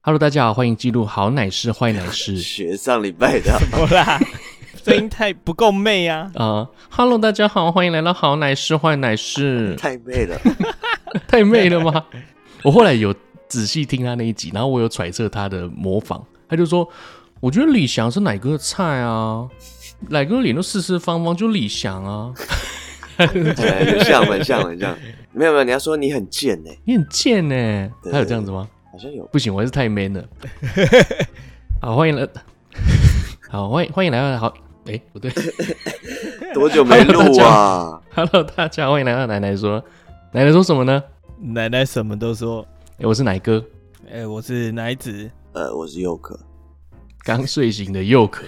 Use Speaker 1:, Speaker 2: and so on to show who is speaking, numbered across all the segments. Speaker 1: Hello，大家好，欢迎进入好奶师坏奶 师
Speaker 2: 学上礼拜 的
Speaker 3: 好啦，声音太不够媚啊！
Speaker 1: 啊、h e l l o 大家好，欢迎来到好奶师坏奶 师，
Speaker 2: 太妹 了，
Speaker 1: 太媚了吗？ 我后来有仔细听他那一集，然后我有揣测他的模仿，他就说，我觉得李翔是奶哥的菜啊，奶哥脸都四四方方，就李翔啊，
Speaker 2: 哎有像蛮像蛮 像，没有没有，你要说你很贱呢、
Speaker 1: 你很贱呢、
Speaker 2: 对
Speaker 1: 他有这样子吗？
Speaker 2: 好像 有
Speaker 1: 不行，我还是太 man 了。好，欢迎来， 好欢迎欢迎来到好，哎、不对。
Speaker 2: 多久没录 啊？
Speaker 1: Hello，大家欢迎来到奶奶说。奶奶说什么呢？
Speaker 3: 奶奶什么都说。
Speaker 1: 诶我是奶 哥，
Speaker 3: 哎、我是奶子，
Speaker 2: 呃，我是佑可，
Speaker 1: 刚睡醒的佑可。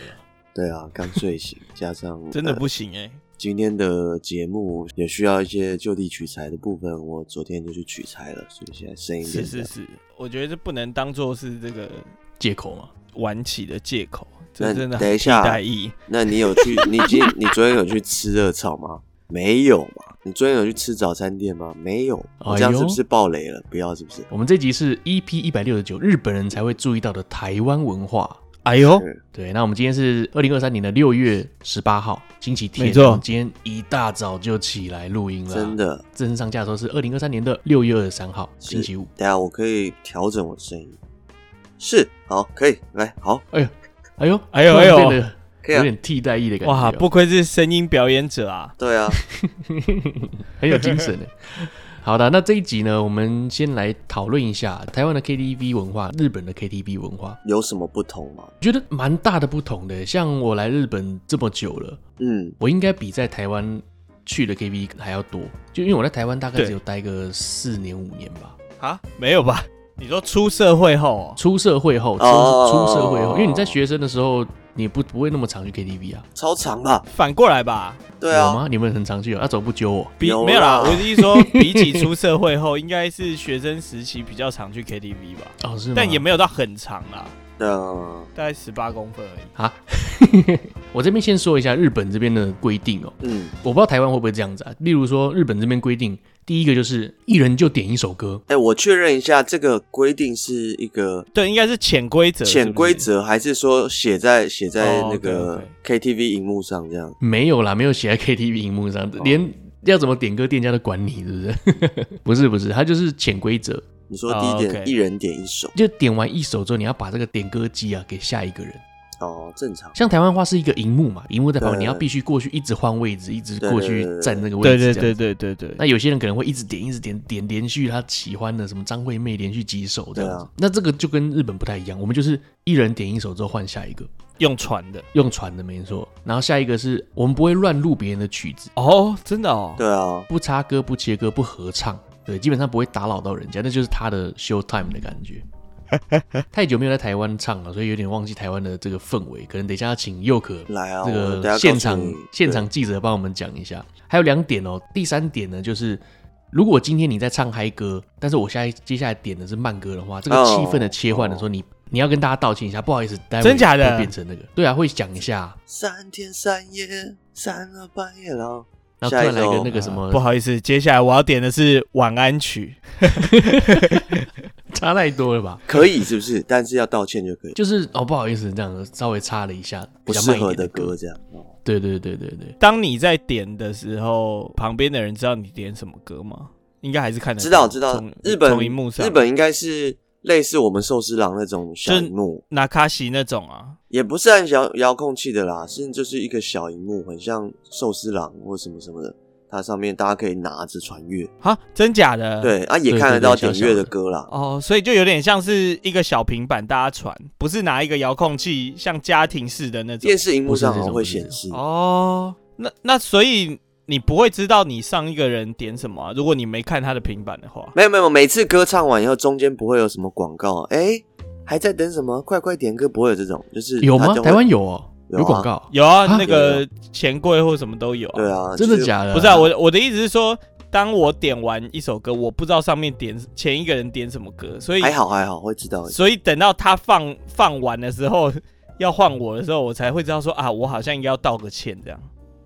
Speaker 2: 对啊，刚睡醒，加上
Speaker 3: 真的
Speaker 2: 呃
Speaker 3: 不行哎、
Speaker 2: 今天的节目也需要一些就地取材的部分，我昨天就去取材了，所以现在声音
Speaker 3: 是
Speaker 2: 变
Speaker 3: 是
Speaker 2: 小。
Speaker 3: 是，我觉得这不能当做是这个
Speaker 1: 借口嘛？
Speaker 3: 晚起的借口，
Speaker 2: 那
Speaker 3: 这真的
Speaker 2: 等一
Speaker 3: 很替
Speaker 2: 下
Speaker 3: 代意。
Speaker 2: 那你有去？你今 你昨天有去吃热炒吗？没有嘛？你昨天有去吃早餐店吗？没有。我这
Speaker 1: 哎
Speaker 2: 样
Speaker 1: 呦
Speaker 2: 是不是爆雷了？不要是不是？
Speaker 1: 我们这集是 EP 一百六十九，日本人才会注意到的台湾文化。
Speaker 3: 哎呦，
Speaker 2: 是
Speaker 1: 对，那我们今天是二零二三年的六月十八号，星期天。
Speaker 3: 没错
Speaker 1: 我们今天一大早就起来录音
Speaker 3: 啊
Speaker 1: 了。
Speaker 2: 真，的。
Speaker 1: 正式上架的时候是二零二三年的六月二十三号，星期五。
Speaker 2: 等一下我可以调整我的声音。是，好，可以，来，好，
Speaker 1: 哎呦，
Speaker 3: 哎呦
Speaker 1: 突然
Speaker 3: 哎呦
Speaker 1: 变得
Speaker 2: 可以
Speaker 1: 有
Speaker 2: 啊，
Speaker 1: 点替代意的感觉哦。
Speaker 3: 哇，不愧是声音表演者啊！
Speaker 2: 对啊，
Speaker 1: 很有精神的。 好的，那这一集呢，我们先来讨论一下台湾的 KTV 文化，日本的 KTV 文化，
Speaker 2: 有什么不同吗？
Speaker 1: 我觉得蛮大的不同的。像我来日本这么久了，
Speaker 2: 嗯，
Speaker 1: 我应该比在台湾去的 KTV 还要多，就因为我在台湾大概
Speaker 3: 对
Speaker 1: 只有待个四年五年吧。
Speaker 3: 啊，没有吧？你说出社会后、哦，
Speaker 1: 出社会后，出、
Speaker 2: 哦
Speaker 1: 出社会后，因为你在学生的时候，你不不会那么常去 KTV 啊？
Speaker 2: 超长吧？
Speaker 3: 反过来吧，
Speaker 2: 对
Speaker 1: 有
Speaker 2: 啊，
Speaker 1: 吗？你们很常去啊？啊，怎么不揪我？
Speaker 3: 比
Speaker 2: 有
Speaker 3: 没有啦，
Speaker 2: 啦
Speaker 3: 我的意 思说，比起出社会后，应该是学生时期比较常去 KTV 吧，
Speaker 1: 哦，是吗？
Speaker 3: 但也没有到很长啦，
Speaker 2: 对啊，
Speaker 3: 大概十八公分而已。
Speaker 1: 啊。 我这边先说一下日本这边的规定哦。
Speaker 2: 嗯，
Speaker 1: 我不知道台湾会不会这样子啊。例如说，日本这边规定，第一个就是一人就点一首歌，
Speaker 2: 哎、我确认一下，这个规定是一个
Speaker 3: 对，应该是潜规则，是
Speaker 2: 潜
Speaker 3: 不是
Speaker 2: 规则，还是说写在写在
Speaker 3: 哦
Speaker 2: 那个 KTV 荧幕上这样？
Speaker 1: 没有啦，没有写在 KTV 荧幕
Speaker 2: 哦
Speaker 1: 上，连要怎么点歌店家都管你，是 不是？不是不是，它就是潜规则，
Speaker 2: 你说
Speaker 3: 哦
Speaker 2: 第一点、
Speaker 3: OK
Speaker 2: 一人点一首，
Speaker 1: 就点完一首之后，你要把这个点歌机啊给下一个人。
Speaker 2: 哦，正常，
Speaker 1: 像台湾话是一个荧幕嘛，荧幕在旁边，
Speaker 2: 对
Speaker 1: 你要必须过去一直换位置，一直
Speaker 2: 对
Speaker 1: 过去
Speaker 2: 对对对
Speaker 1: 站那个位
Speaker 3: 对
Speaker 1: 置。
Speaker 3: 对
Speaker 1: 这样
Speaker 3: 对对对对，
Speaker 1: 那有些人可能会一直点，一直点，点连续他喜欢的什么张惠妹连续几首这样子。
Speaker 2: 对啊
Speaker 1: 那这个就跟日本不太一样，我们就是一人点一首之后换下一个。
Speaker 3: 用传的
Speaker 1: 用传的没错。然后下一个是我们不会乱录别人的曲子，
Speaker 3: 哦，真的哦，
Speaker 2: 对啊，
Speaker 1: 不插歌、不切歌、不合唱，对，基本上不会打扰到人家，那就是他的 show time 的感 觉。太久没有在台湾唱了，所以有点忘记台湾的这个氛围。可能等一下要请佑可
Speaker 2: 来啊，
Speaker 1: 这
Speaker 2: 我等一
Speaker 1: 个
Speaker 2: 下告
Speaker 1: 现
Speaker 2: 诉
Speaker 1: 场
Speaker 2: 你
Speaker 1: 现场记者帮我们讲一下。还有两点哦，第三点呢就是。如果今天你在唱嗨歌，但是我现在接下来点的是慢歌的话，这个
Speaker 2: 哦
Speaker 1: 气氛的切换的时候，你你要跟大家道歉一下，不好意思，待会
Speaker 3: 真假的
Speaker 1: 会变成那个，对啊，会讲一下，
Speaker 2: 三天三夜，三了半夜了，
Speaker 1: 然后突
Speaker 2: 下
Speaker 1: 然
Speaker 2: 一
Speaker 1: 来个
Speaker 2: 首
Speaker 1: 那个什么，
Speaker 3: 呃不好意思，接下来我要点的是晚安曲，
Speaker 1: 差太多了吧？
Speaker 2: 可以是不是？但是要道歉就可以，
Speaker 1: 就是哦，不好意思，这样稍微差了一下，比
Speaker 2: 不
Speaker 1: 较
Speaker 2: 适
Speaker 1: 慢一
Speaker 2: 合
Speaker 1: 点
Speaker 2: 的歌
Speaker 1: 歌。
Speaker 2: 这样。哦
Speaker 1: 对对对对对，
Speaker 3: 当你在点的时候，旁边的人知道你点什么歌吗？应该还是看得
Speaker 2: 知道
Speaker 3: 到
Speaker 2: 知道
Speaker 3: 从，
Speaker 2: 日本
Speaker 3: 从荧幕上，
Speaker 2: 日本应该是类似我们寿司郎那种小
Speaker 3: 就是
Speaker 2: 荧幕，
Speaker 3: 纳卡西那种啊，
Speaker 2: 也不是按遥遥控器的啦，是就是一个小荧幕，很像寿司郎或什么什么的，它上面大家可以拿着传阅，
Speaker 3: 哈，真假的，，
Speaker 2: 对啊，也
Speaker 1: 嗯对
Speaker 2: 看得
Speaker 1: 对
Speaker 2: 到
Speaker 1: 小
Speaker 2: 点
Speaker 1: 小
Speaker 2: 阅
Speaker 1: 的
Speaker 2: 的歌啦。
Speaker 3: 哦，所以就有点像是一个小平板大家传，不是拿一个遥控器像家庭式的那种
Speaker 2: 电视荧幕
Speaker 1: 不是这
Speaker 2: 上好像
Speaker 1: 种
Speaker 2: 会
Speaker 1: 不是这
Speaker 2: 显
Speaker 1: 种
Speaker 2: 示，
Speaker 3: 哦，那那所以你不会知道你上一个人点什么啊、如果你没看他的平板的话。
Speaker 2: 没有没有，每次歌唱完以后中间不会有什么广告，哎，还在等什么？快快点歌不会有这种，就是
Speaker 1: 有
Speaker 2: 它
Speaker 1: 吗？
Speaker 2: 就会
Speaker 1: 台湾有哦，
Speaker 2: 有
Speaker 1: 有
Speaker 2: 啊
Speaker 1: 广告，
Speaker 3: 有啊，
Speaker 1: 啊
Speaker 3: 那个钱柜或什么都有、啊。
Speaker 2: 对啊，
Speaker 1: 真
Speaker 2: 就
Speaker 1: 的
Speaker 2: 是
Speaker 1: 假的？
Speaker 3: 不是啊，我我的意思是说，当我点完一首歌，我不知道上面点前一个人点什么歌，所以
Speaker 2: 还好还好会知道，
Speaker 3: 所以等到他放放完的时候， 要换我的时候，我才会知道说啊，我好像应该要道个歉这样。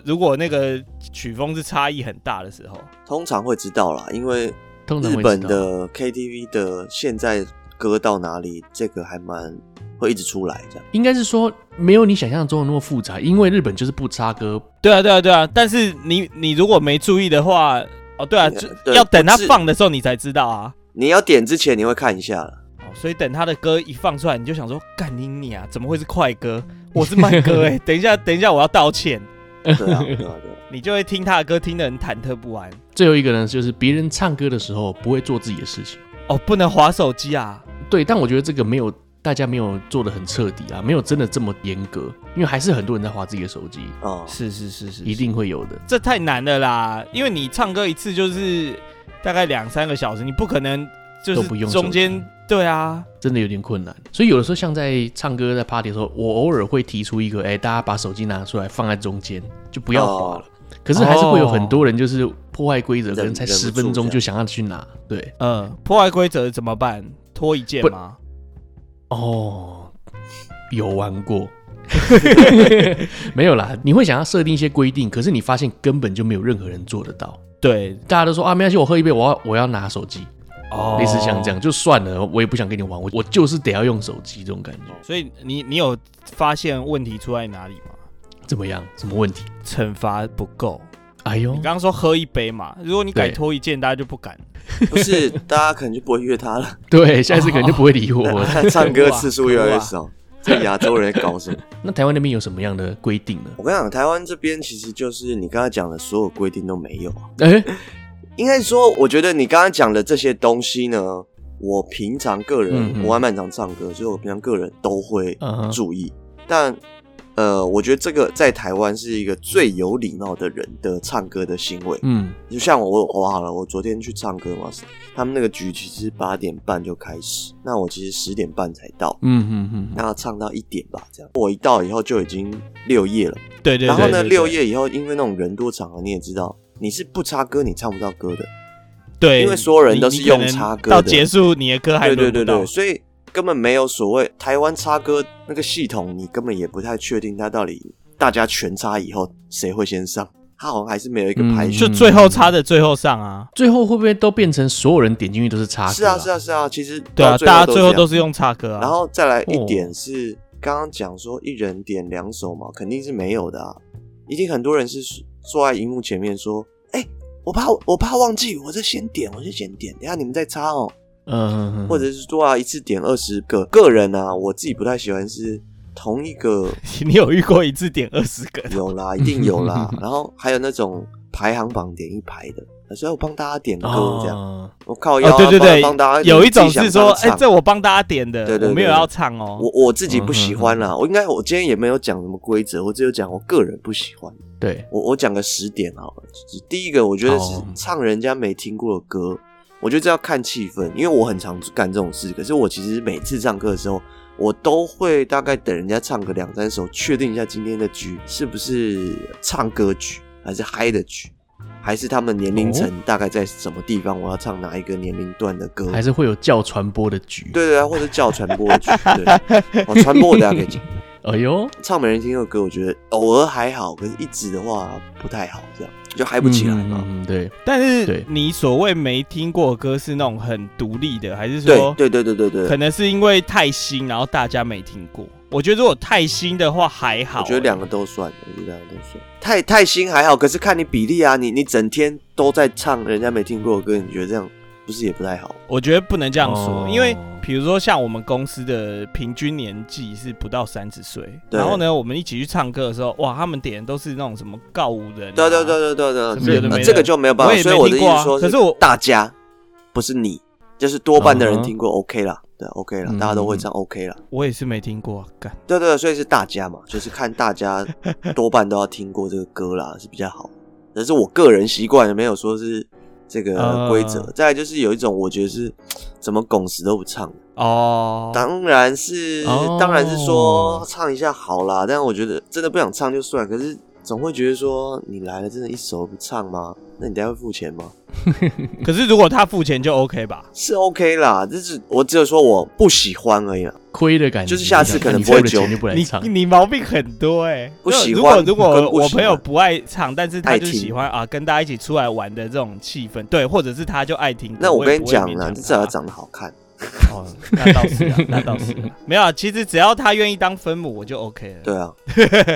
Speaker 3: 如果那个曲风是差异很大的时候，
Speaker 2: 通常会知道啦，因为
Speaker 1: 通常
Speaker 2: 日
Speaker 1: 会
Speaker 2: 本
Speaker 1: 知道
Speaker 2: 的 KTV 的现在割到哪里，这个还蛮会一直出来这样。
Speaker 1: 应该是说没有你想象中的那么复杂，因为日本就是不插歌，
Speaker 3: 对啊，对啊，对啊。但是你你如果没注意的话，哦，对啊，就
Speaker 2: 对
Speaker 3: 要等他
Speaker 2: 不是
Speaker 3: 放的时候你才知道啊。
Speaker 2: 你要点之前你会看一下 了，
Speaker 3: 哦所以等他的歌一放出来，你就想说，干你你啊，怎么会是快歌？我是慢歌哎、等一下，等一下，我要道歉。
Speaker 2: 对啊，对啊，对啊。
Speaker 3: 你就会听他的歌，听得很忐忑不安。
Speaker 1: 最后一个呢，就是别人唱歌的时候不会做自己的事情。
Speaker 3: 哦，不能划手机啊！
Speaker 1: 对，但我觉得这个没有大家没有做的很彻底啊，没有真的这么严格，因为还是很多人在划自己的手机，
Speaker 2: 哦，
Speaker 3: 是是是是，
Speaker 1: 一定会有的。
Speaker 3: 这太难了啦，因为你唱歌一次就是大概两三个小时，你不可能就
Speaker 1: 都不
Speaker 3: 是
Speaker 1: 用手
Speaker 3: 中间
Speaker 1: 机
Speaker 3: 对啊，
Speaker 1: 真的有点困难。所以有的时候像在唱歌在 party 的时候，我偶尔会提出一个，哎、大家把手机拿出来放在中间，就不要
Speaker 2: 哦
Speaker 1: 滑了。可是还是会有很多人就是破坏规则，可能才
Speaker 2: 忍忍不
Speaker 1: 十
Speaker 2: 住
Speaker 1: 分
Speaker 2: 这
Speaker 1: 钟
Speaker 2: 样
Speaker 1: 就想要去拿。对，
Speaker 3: 嗯，破坏规则怎么办？脱一件
Speaker 1: 不
Speaker 3: 吗？
Speaker 1: 哦，有玩过。 没有啦，你会想要设定一些规定，可是你发现根本就没有任何人做得到。
Speaker 3: 对，
Speaker 1: 大家都说啊，没关系，我喝一杯，我要我要拿手机，
Speaker 3: 哦
Speaker 1: 类似像这样，就算了，我也不想跟你玩，我我就是得要用手机这种感觉。
Speaker 3: 哦所以你你有发现问题出在哪里吗？
Speaker 1: 怎么样？什么问题？
Speaker 3: 惩罚不够。
Speaker 2: 哦
Speaker 1: 哎呦
Speaker 3: 你，刚刚说喝一杯嘛，如果你改
Speaker 1: 对
Speaker 3: 脱一件，大家就不敢。
Speaker 2: 不是，大家可能就不会约他了。
Speaker 1: 对，下一次可能就不会 理我了。
Speaker 2: 唱歌次数越来越少，这亚洲人在 搞什么？
Speaker 1: 那台湾那边有什么样的规定 呢？
Speaker 2: 我跟你讲，台湾这边其实就是你刚才讲的所有规定都没有啊。
Speaker 1: 哎、
Speaker 2: 应该说，我觉得你刚刚讲的这些东西呢，我平常个人
Speaker 1: 嗯，嗯
Speaker 2: 我还蛮常唱歌，所以我平常个人都会
Speaker 1: 嗯哼
Speaker 2: 注意。但呃，我觉得这个在台湾是一个最有礼貌的人的唱歌的行为。
Speaker 1: 嗯，
Speaker 2: 就像我我好了，我昨天去唱歌嘛，他们那个局其实八点半就开始，那我其实十点半才到，
Speaker 1: 嗯嗯嗯嗯，
Speaker 2: 那唱到一点吧，这样我一到以后就已经六夜了。
Speaker 3: 对对对
Speaker 2: 然后呢，
Speaker 3: 对对
Speaker 2: 六夜以后，因为那种人多场合，你也知道，你是不插歌你唱不到歌的，
Speaker 3: 对，
Speaker 2: 因为所有人都是
Speaker 3: 你你可能
Speaker 2: 用插歌的
Speaker 3: 到结束你的歌还
Speaker 2: 对对
Speaker 3: 轮不
Speaker 2: 对
Speaker 3: 到
Speaker 2: 对，。所以根本没有所谓台湾插歌那个系统，你根本也不太确定它到底大家全插以后谁会先上，它好像还是没有一个排序。
Speaker 3: 就最后插的最后上
Speaker 2: 嗯
Speaker 3: 啊，
Speaker 1: 最后会不会都变成所有人点进去都是插歌、
Speaker 2: 是啊是
Speaker 1: 啊，
Speaker 2: 啊是啊，其实
Speaker 3: 对啊，
Speaker 2: 到
Speaker 3: 大家最后
Speaker 2: 这样
Speaker 3: 都是用插歌啊。
Speaker 2: 然后再来一
Speaker 1: 哦
Speaker 2: 点是，刚刚讲说一人点两首嘛，肯定是没有的啊，一定很多人是坐在荧幕前面说，哎、我怕我怕忘记，我就先点，我就先点，等一下你们再插哦，
Speaker 1: 嗯，嗯
Speaker 2: 或者是说啊，一次点二十个，个人啊，我自己不太喜欢是同一个
Speaker 3: 你有遇过一次点二十 个？
Speaker 2: 有啦，一定有 啦，然后还有那种排行榜点一排的。所以我帮大家点歌这样，
Speaker 1: 样，
Speaker 2: 我靠腰、
Speaker 3: 哦
Speaker 2: 啊，
Speaker 3: 对对对
Speaker 2: 帮帮大家
Speaker 3: 有一种
Speaker 2: 自己
Speaker 3: 是
Speaker 2: 想帮
Speaker 3: 说，
Speaker 2: 他
Speaker 3: 哎、
Speaker 2: 唱
Speaker 3: 这我帮大家点的，
Speaker 2: 对对对
Speaker 3: 我没有要唱哦。
Speaker 2: 我我自己不喜
Speaker 3: 嗯
Speaker 2: 欢啦，我应该我今天也没有讲什么规则，我只有讲我个人不喜欢。
Speaker 1: 对，
Speaker 2: 我我讲个十点好了，就是第一个我觉得是
Speaker 1: 好
Speaker 2: 唱人家没听过的歌，我觉得这要看气氛，因为我很常干这种事，可是我其实每次唱歌的时候，我都会大概等人家唱个两三首，确定一下今天的局是不是唱歌局，还是嗨的局，还是他们年
Speaker 1: 哦
Speaker 2: 龄层大概在什么地方，我要唱哪一个年龄段的歌，
Speaker 1: 还是会有叫传播的局。，
Speaker 2: 对对对，或者叫传播局， 对，哦，传播我等下可以讲。
Speaker 1: 哎呦，
Speaker 2: 唱没人听的歌，我觉得偶尔还好，可是一直的话不太好，这样就嗨不起啊来哦嘛。
Speaker 1: 嗯，嗯嗯对，
Speaker 3: 但是
Speaker 1: 对
Speaker 3: 你所谓没听过的歌是那种很独立的，还是
Speaker 2: 对
Speaker 1: 哦
Speaker 3: 说
Speaker 2: 对对对对对，
Speaker 3: 可能是因为太新，然后大家没听过？我觉得如果太新的话还好、
Speaker 2: 我觉得两个都算，我觉得两个都算。太太新还好，可是看你比例啊，你你整天都在唱人家没听过的歌，你觉得这样不是也不太好？
Speaker 3: 欸我觉得不能这样说，
Speaker 1: 哦
Speaker 3: 因为比如说像我们公司的平均年纪是不到三十岁，
Speaker 2: 对
Speaker 3: 然后呢，我们一起去唱歌的时候，哇，他们点的都是那种什么告五人、啊，
Speaker 2: 对对对对对对，
Speaker 1: 嗯么
Speaker 3: 什
Speaker 1: 有
Speaker 2: 对
Speaker 1: 的
Speaker 2: 呃
Speaker 1: 没的
Speaker 2: 这个就没有办
Speaker 3: 我
Speaker 2: 法。
Speaker 3: 也
Speaker 2: 所以
Speaker 3: 没
Speaker 2: 我的
Speaker 3: 听
Speaker 2: 意
Speaker 3: 过啊
Speaker 2: 思说，
Speaker 3: 可是我
Speaker 2: 大家不是你，就是多半的人
Speaker 1: 嗯哼
Speaker 2: 听过 OK 啦，对 OK 啦，
Speaker 1: 嗯
Speaker 2: 大家都会唱 OK 啦。
Speaker 3: 我也是没听过、啊，干。
Speaker 2: 对对，对所以是大家 嘛，就是看大家多半都要听过这个歌啦，是比较好。但是我个人习惯没有说是这个
Speaker 3: 啊
Speaker 2: 规则。再来就是有一种我觉得是怎么拱死都不唱，
Speaker 3: 哦，
Speaker 2: 当然是、
Speaker 1: 哦
Speaker 2: 当然是说唱一下好啦，但我觉得真的不想唱就算，可是总会觉得说你来了真的一首都不唱吗？那你等下会付钱吗？
Speaker 3: 可是如果他付钱就 OK 吧？
Speaker 2: 是 OK 啦，就是我只有说我不喜欢而已啦。
Speaker 1: 亏的感觉，
Speaker 2: 就是下次可能
Speaker 1: 你
Speaker 2: 不会
Speaker 1: 付了
Speaker 2: 久
Speaker 1: 钱就不来
Speaker 3: 你
Speaker 1: 唱。
Speaker 3: 你毛病很多哎、
Speaker 2: 不喜
Speaker 3: 如
Speaker 2: 欢
Speaker 3: 果如
Speaker 2: 跟
Speaker 3: 果
Speaker 2: 不喜
Speaker 3: 我
Speaker 2: 欢
Speaker 3: 朋友不爱唱，但是他
Speaker 2: 爱
Speaker 3: 就
Speaker 2: 听
Speaker 3: 喜欢啊，跟大家一起出来玩的这种气氛，对，或者是他就爱听歌。
Speaker 2: 那我
Speaker 3: 也
Speaker 2: 跟你
Speaker 3: 不会
Speaker 2: 讲
Speaker 3: 勉
Speaker 2: 啦，
Speaker 3: 强
Speaker 2: 你至少要
Speaker 3: 他
Speaker 2: 长得好看。
Speaker 3: 哦，那倒 是、啊，那倒是、啊，没有、啊，其实只要他愿意当分母，我就 OK 了。
Speaker 2: 对啊，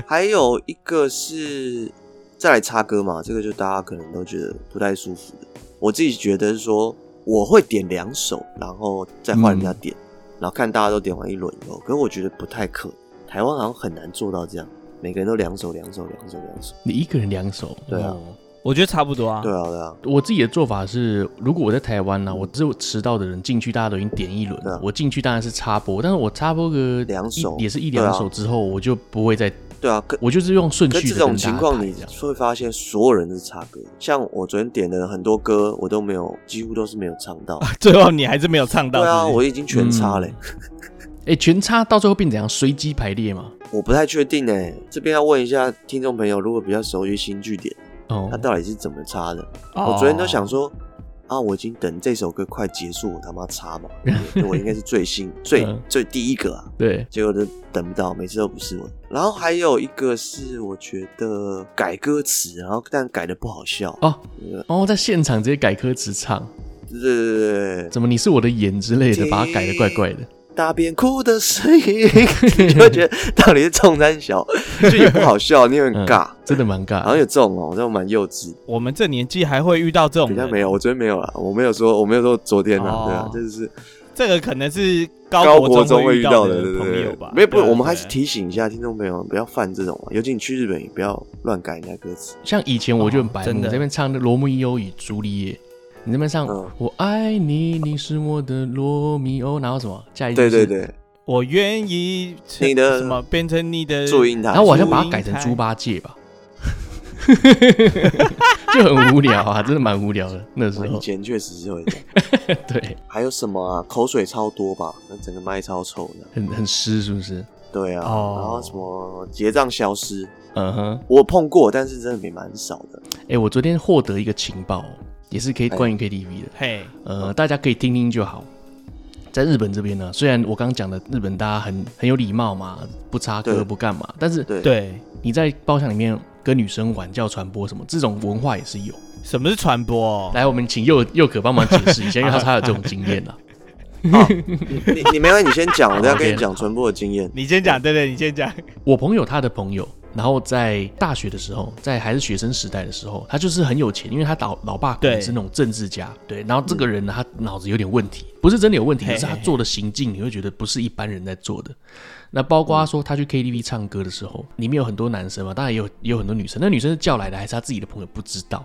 Speaker 2: 还有一个是再来插歌嘛，这个就大家可能都觉得不太舒服的。我自己觉得是说，我会点两首，然后再换人
Speaker 1: 嗯
Speaker 2: 家点，然后看大家都点完一轮以后，可是我觉得不太可能，台湾好像很难做到这样，每个人都两首两首两首两首。
Speaker 1: 你一个人两首，
Speaker 2: 对啊
Speaker 1: 哦
Speaker 3: 我觉得差不多啊。
Speaker 2: 对啊，对啊，
Speaker 1: 我自己的做法是，如果我在台湾呢、啊我只有迟到的人进去，大家都已经点一轮
Speaker 2: 对啊
Speaker 1: 了，我进去当然是插播，但是我插播个
Speaker 2: 两
Speaker 1: 一
Speaker 2: 首
Speaker 1: 也是一
Speaker 2: 对啊
Speaker 1: 两首之后，我就不会再，
Speaker 2: 对啊，可
Speaker 1: 我就是用顺
Speaker 2: 可
Speaker 1: 序
Speaker 2: 这
Speaker 1: 的
Speaker 2: 种
Speaker 1: 跟大
Speaker 2: 情
Speaker 1: 家
Speaker 2: 况，
Speaker 1: 排
Speaker 2: 你
Speaker 1: 这样
Speaker 2: 会发现所有人都是插歌。像我昨天点的很多歌，我都没有，几乎都是没有唱 到。
Speaker 3: 最后你还是没有唱到。
Speaker 2: 对啊，
Speaker 3: 是不是
Speaker 2: 我已经全插嘞、
Speaker 1: 哎、全插到最后变怎样？随机排列嘛？
Speaker 2: 我不太确定哎、这边要问一下听众朋友，如果比较熟悉新据点，
Speaker 1: 哦
Speaker 2: 它，到底是怎么插的？
Speaker 3: 哦
Speaker 2: 我昨天都想说，啊，我已经等这首歌快结束，我他妈插嘛，我应该是最新、最
Speaker 1: 嗯
Speaker 2: 最第一个啊，
Speaker 1: 对，
Speaker 2: 结果都等不到，每次都不是我。然后还有一个是我觉得改歌词，然后但改的不好笑，
Speaker 1: 哦，
Speaker 2: 嗯
Speaker 1: 哦，在现场直接改歌词唱，
Speaker 2: 对对对对对，
Speaker 1: 怎么你是我的眼之类的，把它改的怪怪的。
Speaker 2: 大便哭的声音，你就会觉得到底是冲山小，就也不好笑，你也很尬。
Speaker 1: 真的蛮
Speaker 2: 好像
Speaker 1: 尬，
Speaker 2: 有这种哦，这种蛮幼稚的，
Speaker 3: 我们这年纪还会遇到这种
Speaker 2: 比较
Speaker 3: 人，
Speaker 2: 没有，我昨天没有啦，我没有说，我没有说昨天啦，
Speaker 3: 哦
Speaker 2: 对啊，就是
Speaker 3: 这个可能是
Speaker 2: 高
Speaker 3: 高
Speaker 2: 国中
Speaker 3: 会
Speaker 2: 会遇
Speaker 3: 到
Speaker 2: 的，对对
Speaker 3: 朋友
Speaker 2: 对
Speaker 3: 吧。，
Speaker 2: 没有不，
Speaker 3: 对啊
Speaker 2: 我们还
Speaker 3: 对
Speaker 2: 是提醒一下听众朋友，不要犯这种啊，尤其你去日本也不要乱改人家歌词，
Speaker 1: 像以前我就很白
Speaker 3: 哦真
Speaker 1: 目，
Speaker 3: 的
Speaker 1: 在那边唱的《罗密欧与朱丽叶》，你那边唱
Speaker 2: 嗯
Speaker 1: “我爱你，你是我的罗密欧”，然后什么下一
Speaker 3: 嗯
Speaker 1: 句
Speaker 2: 对
Speaker 1: 是
Speaker 2: 对，对，
Speaker 3: 我愿意成
Speaker 2: 你的
Speaker 3: 什么变成你的
Speaker 2: 注音
Speaker 1: 然
Speaker 2: 它
Speaker 1: 后我好像把它改成猪八戒 吧，就很无聊啊，真的蛮无聊的那时
Speaker 2: 以
Speaker 1: 候。
Speaker 2: 前确实是会这样，
Speaker 1: 对，
Speaker 2: 还有什么啊，口水超多吧，那整个麦超臭的，
Speaker 1: 很很湿，是不是？
Speaker 2: 对啊，
Speaker 3: 哦
Speaker 2: 然后什么结账消失，
Speaker 1: 嗯哼。
Speaker 2: 我碰过，但是真的也蛮少的，
Speaker 1: 哎、我昨天获得一个情报，哦也是
Speaker 2: 哎
Speaker 1: 可以关于 KTV 的，
Speaker 3: 嘿，
Speaker 1: 呃，大家可以听听就好。在日本这边呢，虽然我刚刚讲的日本大家很很有礼貌嘛，不插
Speaker 2: 对
Speaker 1: 歌不干嘛，但是
Speaker 2: 对
Speaker 3: 对，
Speaker 1: 你在包厢里面跟女生玩叫传播什么，这种文化也是有。
Speaker 3: 什么是传播？
Speaker 1: 来，我们请佑佑可帮忙解释一下，因为他他有这种经验啦。
Speaker 2: 啊，你你没关系，你先讲，我等一下跟 你
Speaker 1: OK
Speaker 2: 讲传播的经验。
Speaker 3: 你先讲，对对，你 先讲。
Speaker 1: 我朋友他的朋友，然后在大学的时候，在还是学生时代的时候，他就是很有钱，因为他老老爸可能
Speaker 3: 对
Speaker 1: 是那种政治家，对。然后这个人呢，他脑子有点问题，不是真的有问题，
Speaker 3: 嘿
Speaker 1: 可是他
Speaker 3: 嘿嘿
Speaker 1: 做的行径，你会觉得不是一般人在做的。那包括说他去 KTV 唱歌的时候，里面有很多男生嘛，当然也有也有很多女生。那女生是叫来的还是他自己的朋友不知道，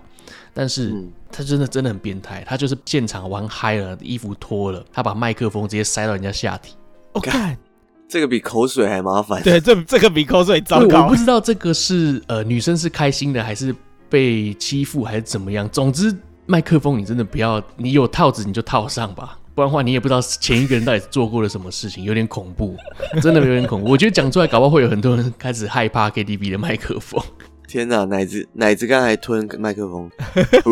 Speaker 1: 但是
Speaker 2: 嗯
Speaker 1: 他真的真的很变态，他就是现场玩嗨了，衣服脱了，他把麦克风直接塞到人家下体。
Speaker 3: 我哦看，
Speaker 2: 这个比口水还麻烦。
Speaker 3: 对，这这个比口水糟
Speaker 1: 对，我
Speaker 3: 糕
Speaker 1: 不。知道这个是呃女生是开心的还是被欺负还是怎么样。总之，麦克风你真的不要，你有套子你就套上吧，不然的话你也不知道前一个人到底做过了什么事情，有点恐 怖，真的有点恐怖。我觉得讲出来，搞不好会有很多人开始害怕 KTV 的麦克风。
Speaker 2: 天哪，奶子奶子刚才吞麦克 风，呃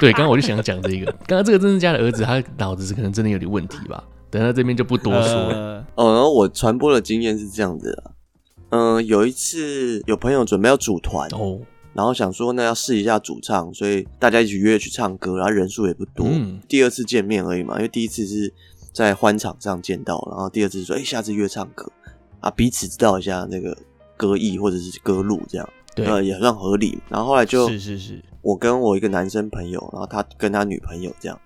Speaker 1: 对，刚刚我就想讲 这个，刚刚这个政治家的儿子，他脑子可能真的有点问题吧。等他这边就不多说了。
Speaker 3: 呃
Speaker 2: 哦，然后我传播的经验是这样子的，嗯、有一次有朋友准备要组团，
Speaker 1: 哦，
Speaker 2: 然后想说那要试一下主唱，所以大家一起约去唱歌，然后人数也不多，
Speaker 1: 嗯
Speaker 2: 第二次见面而已嘛，因为第一次是在欢场上见到，然后第二次说哎、下次约唱歌啊，彼此知道一下那个歌艺或者是歌路这样，
Speaker 1: 对，
Speaker 2: 呃，也算合理。然后后来就是
Speaker 3: 是是，
Speaker 2: 我跟我一个男生朋友，然后他跟他女朋友这样，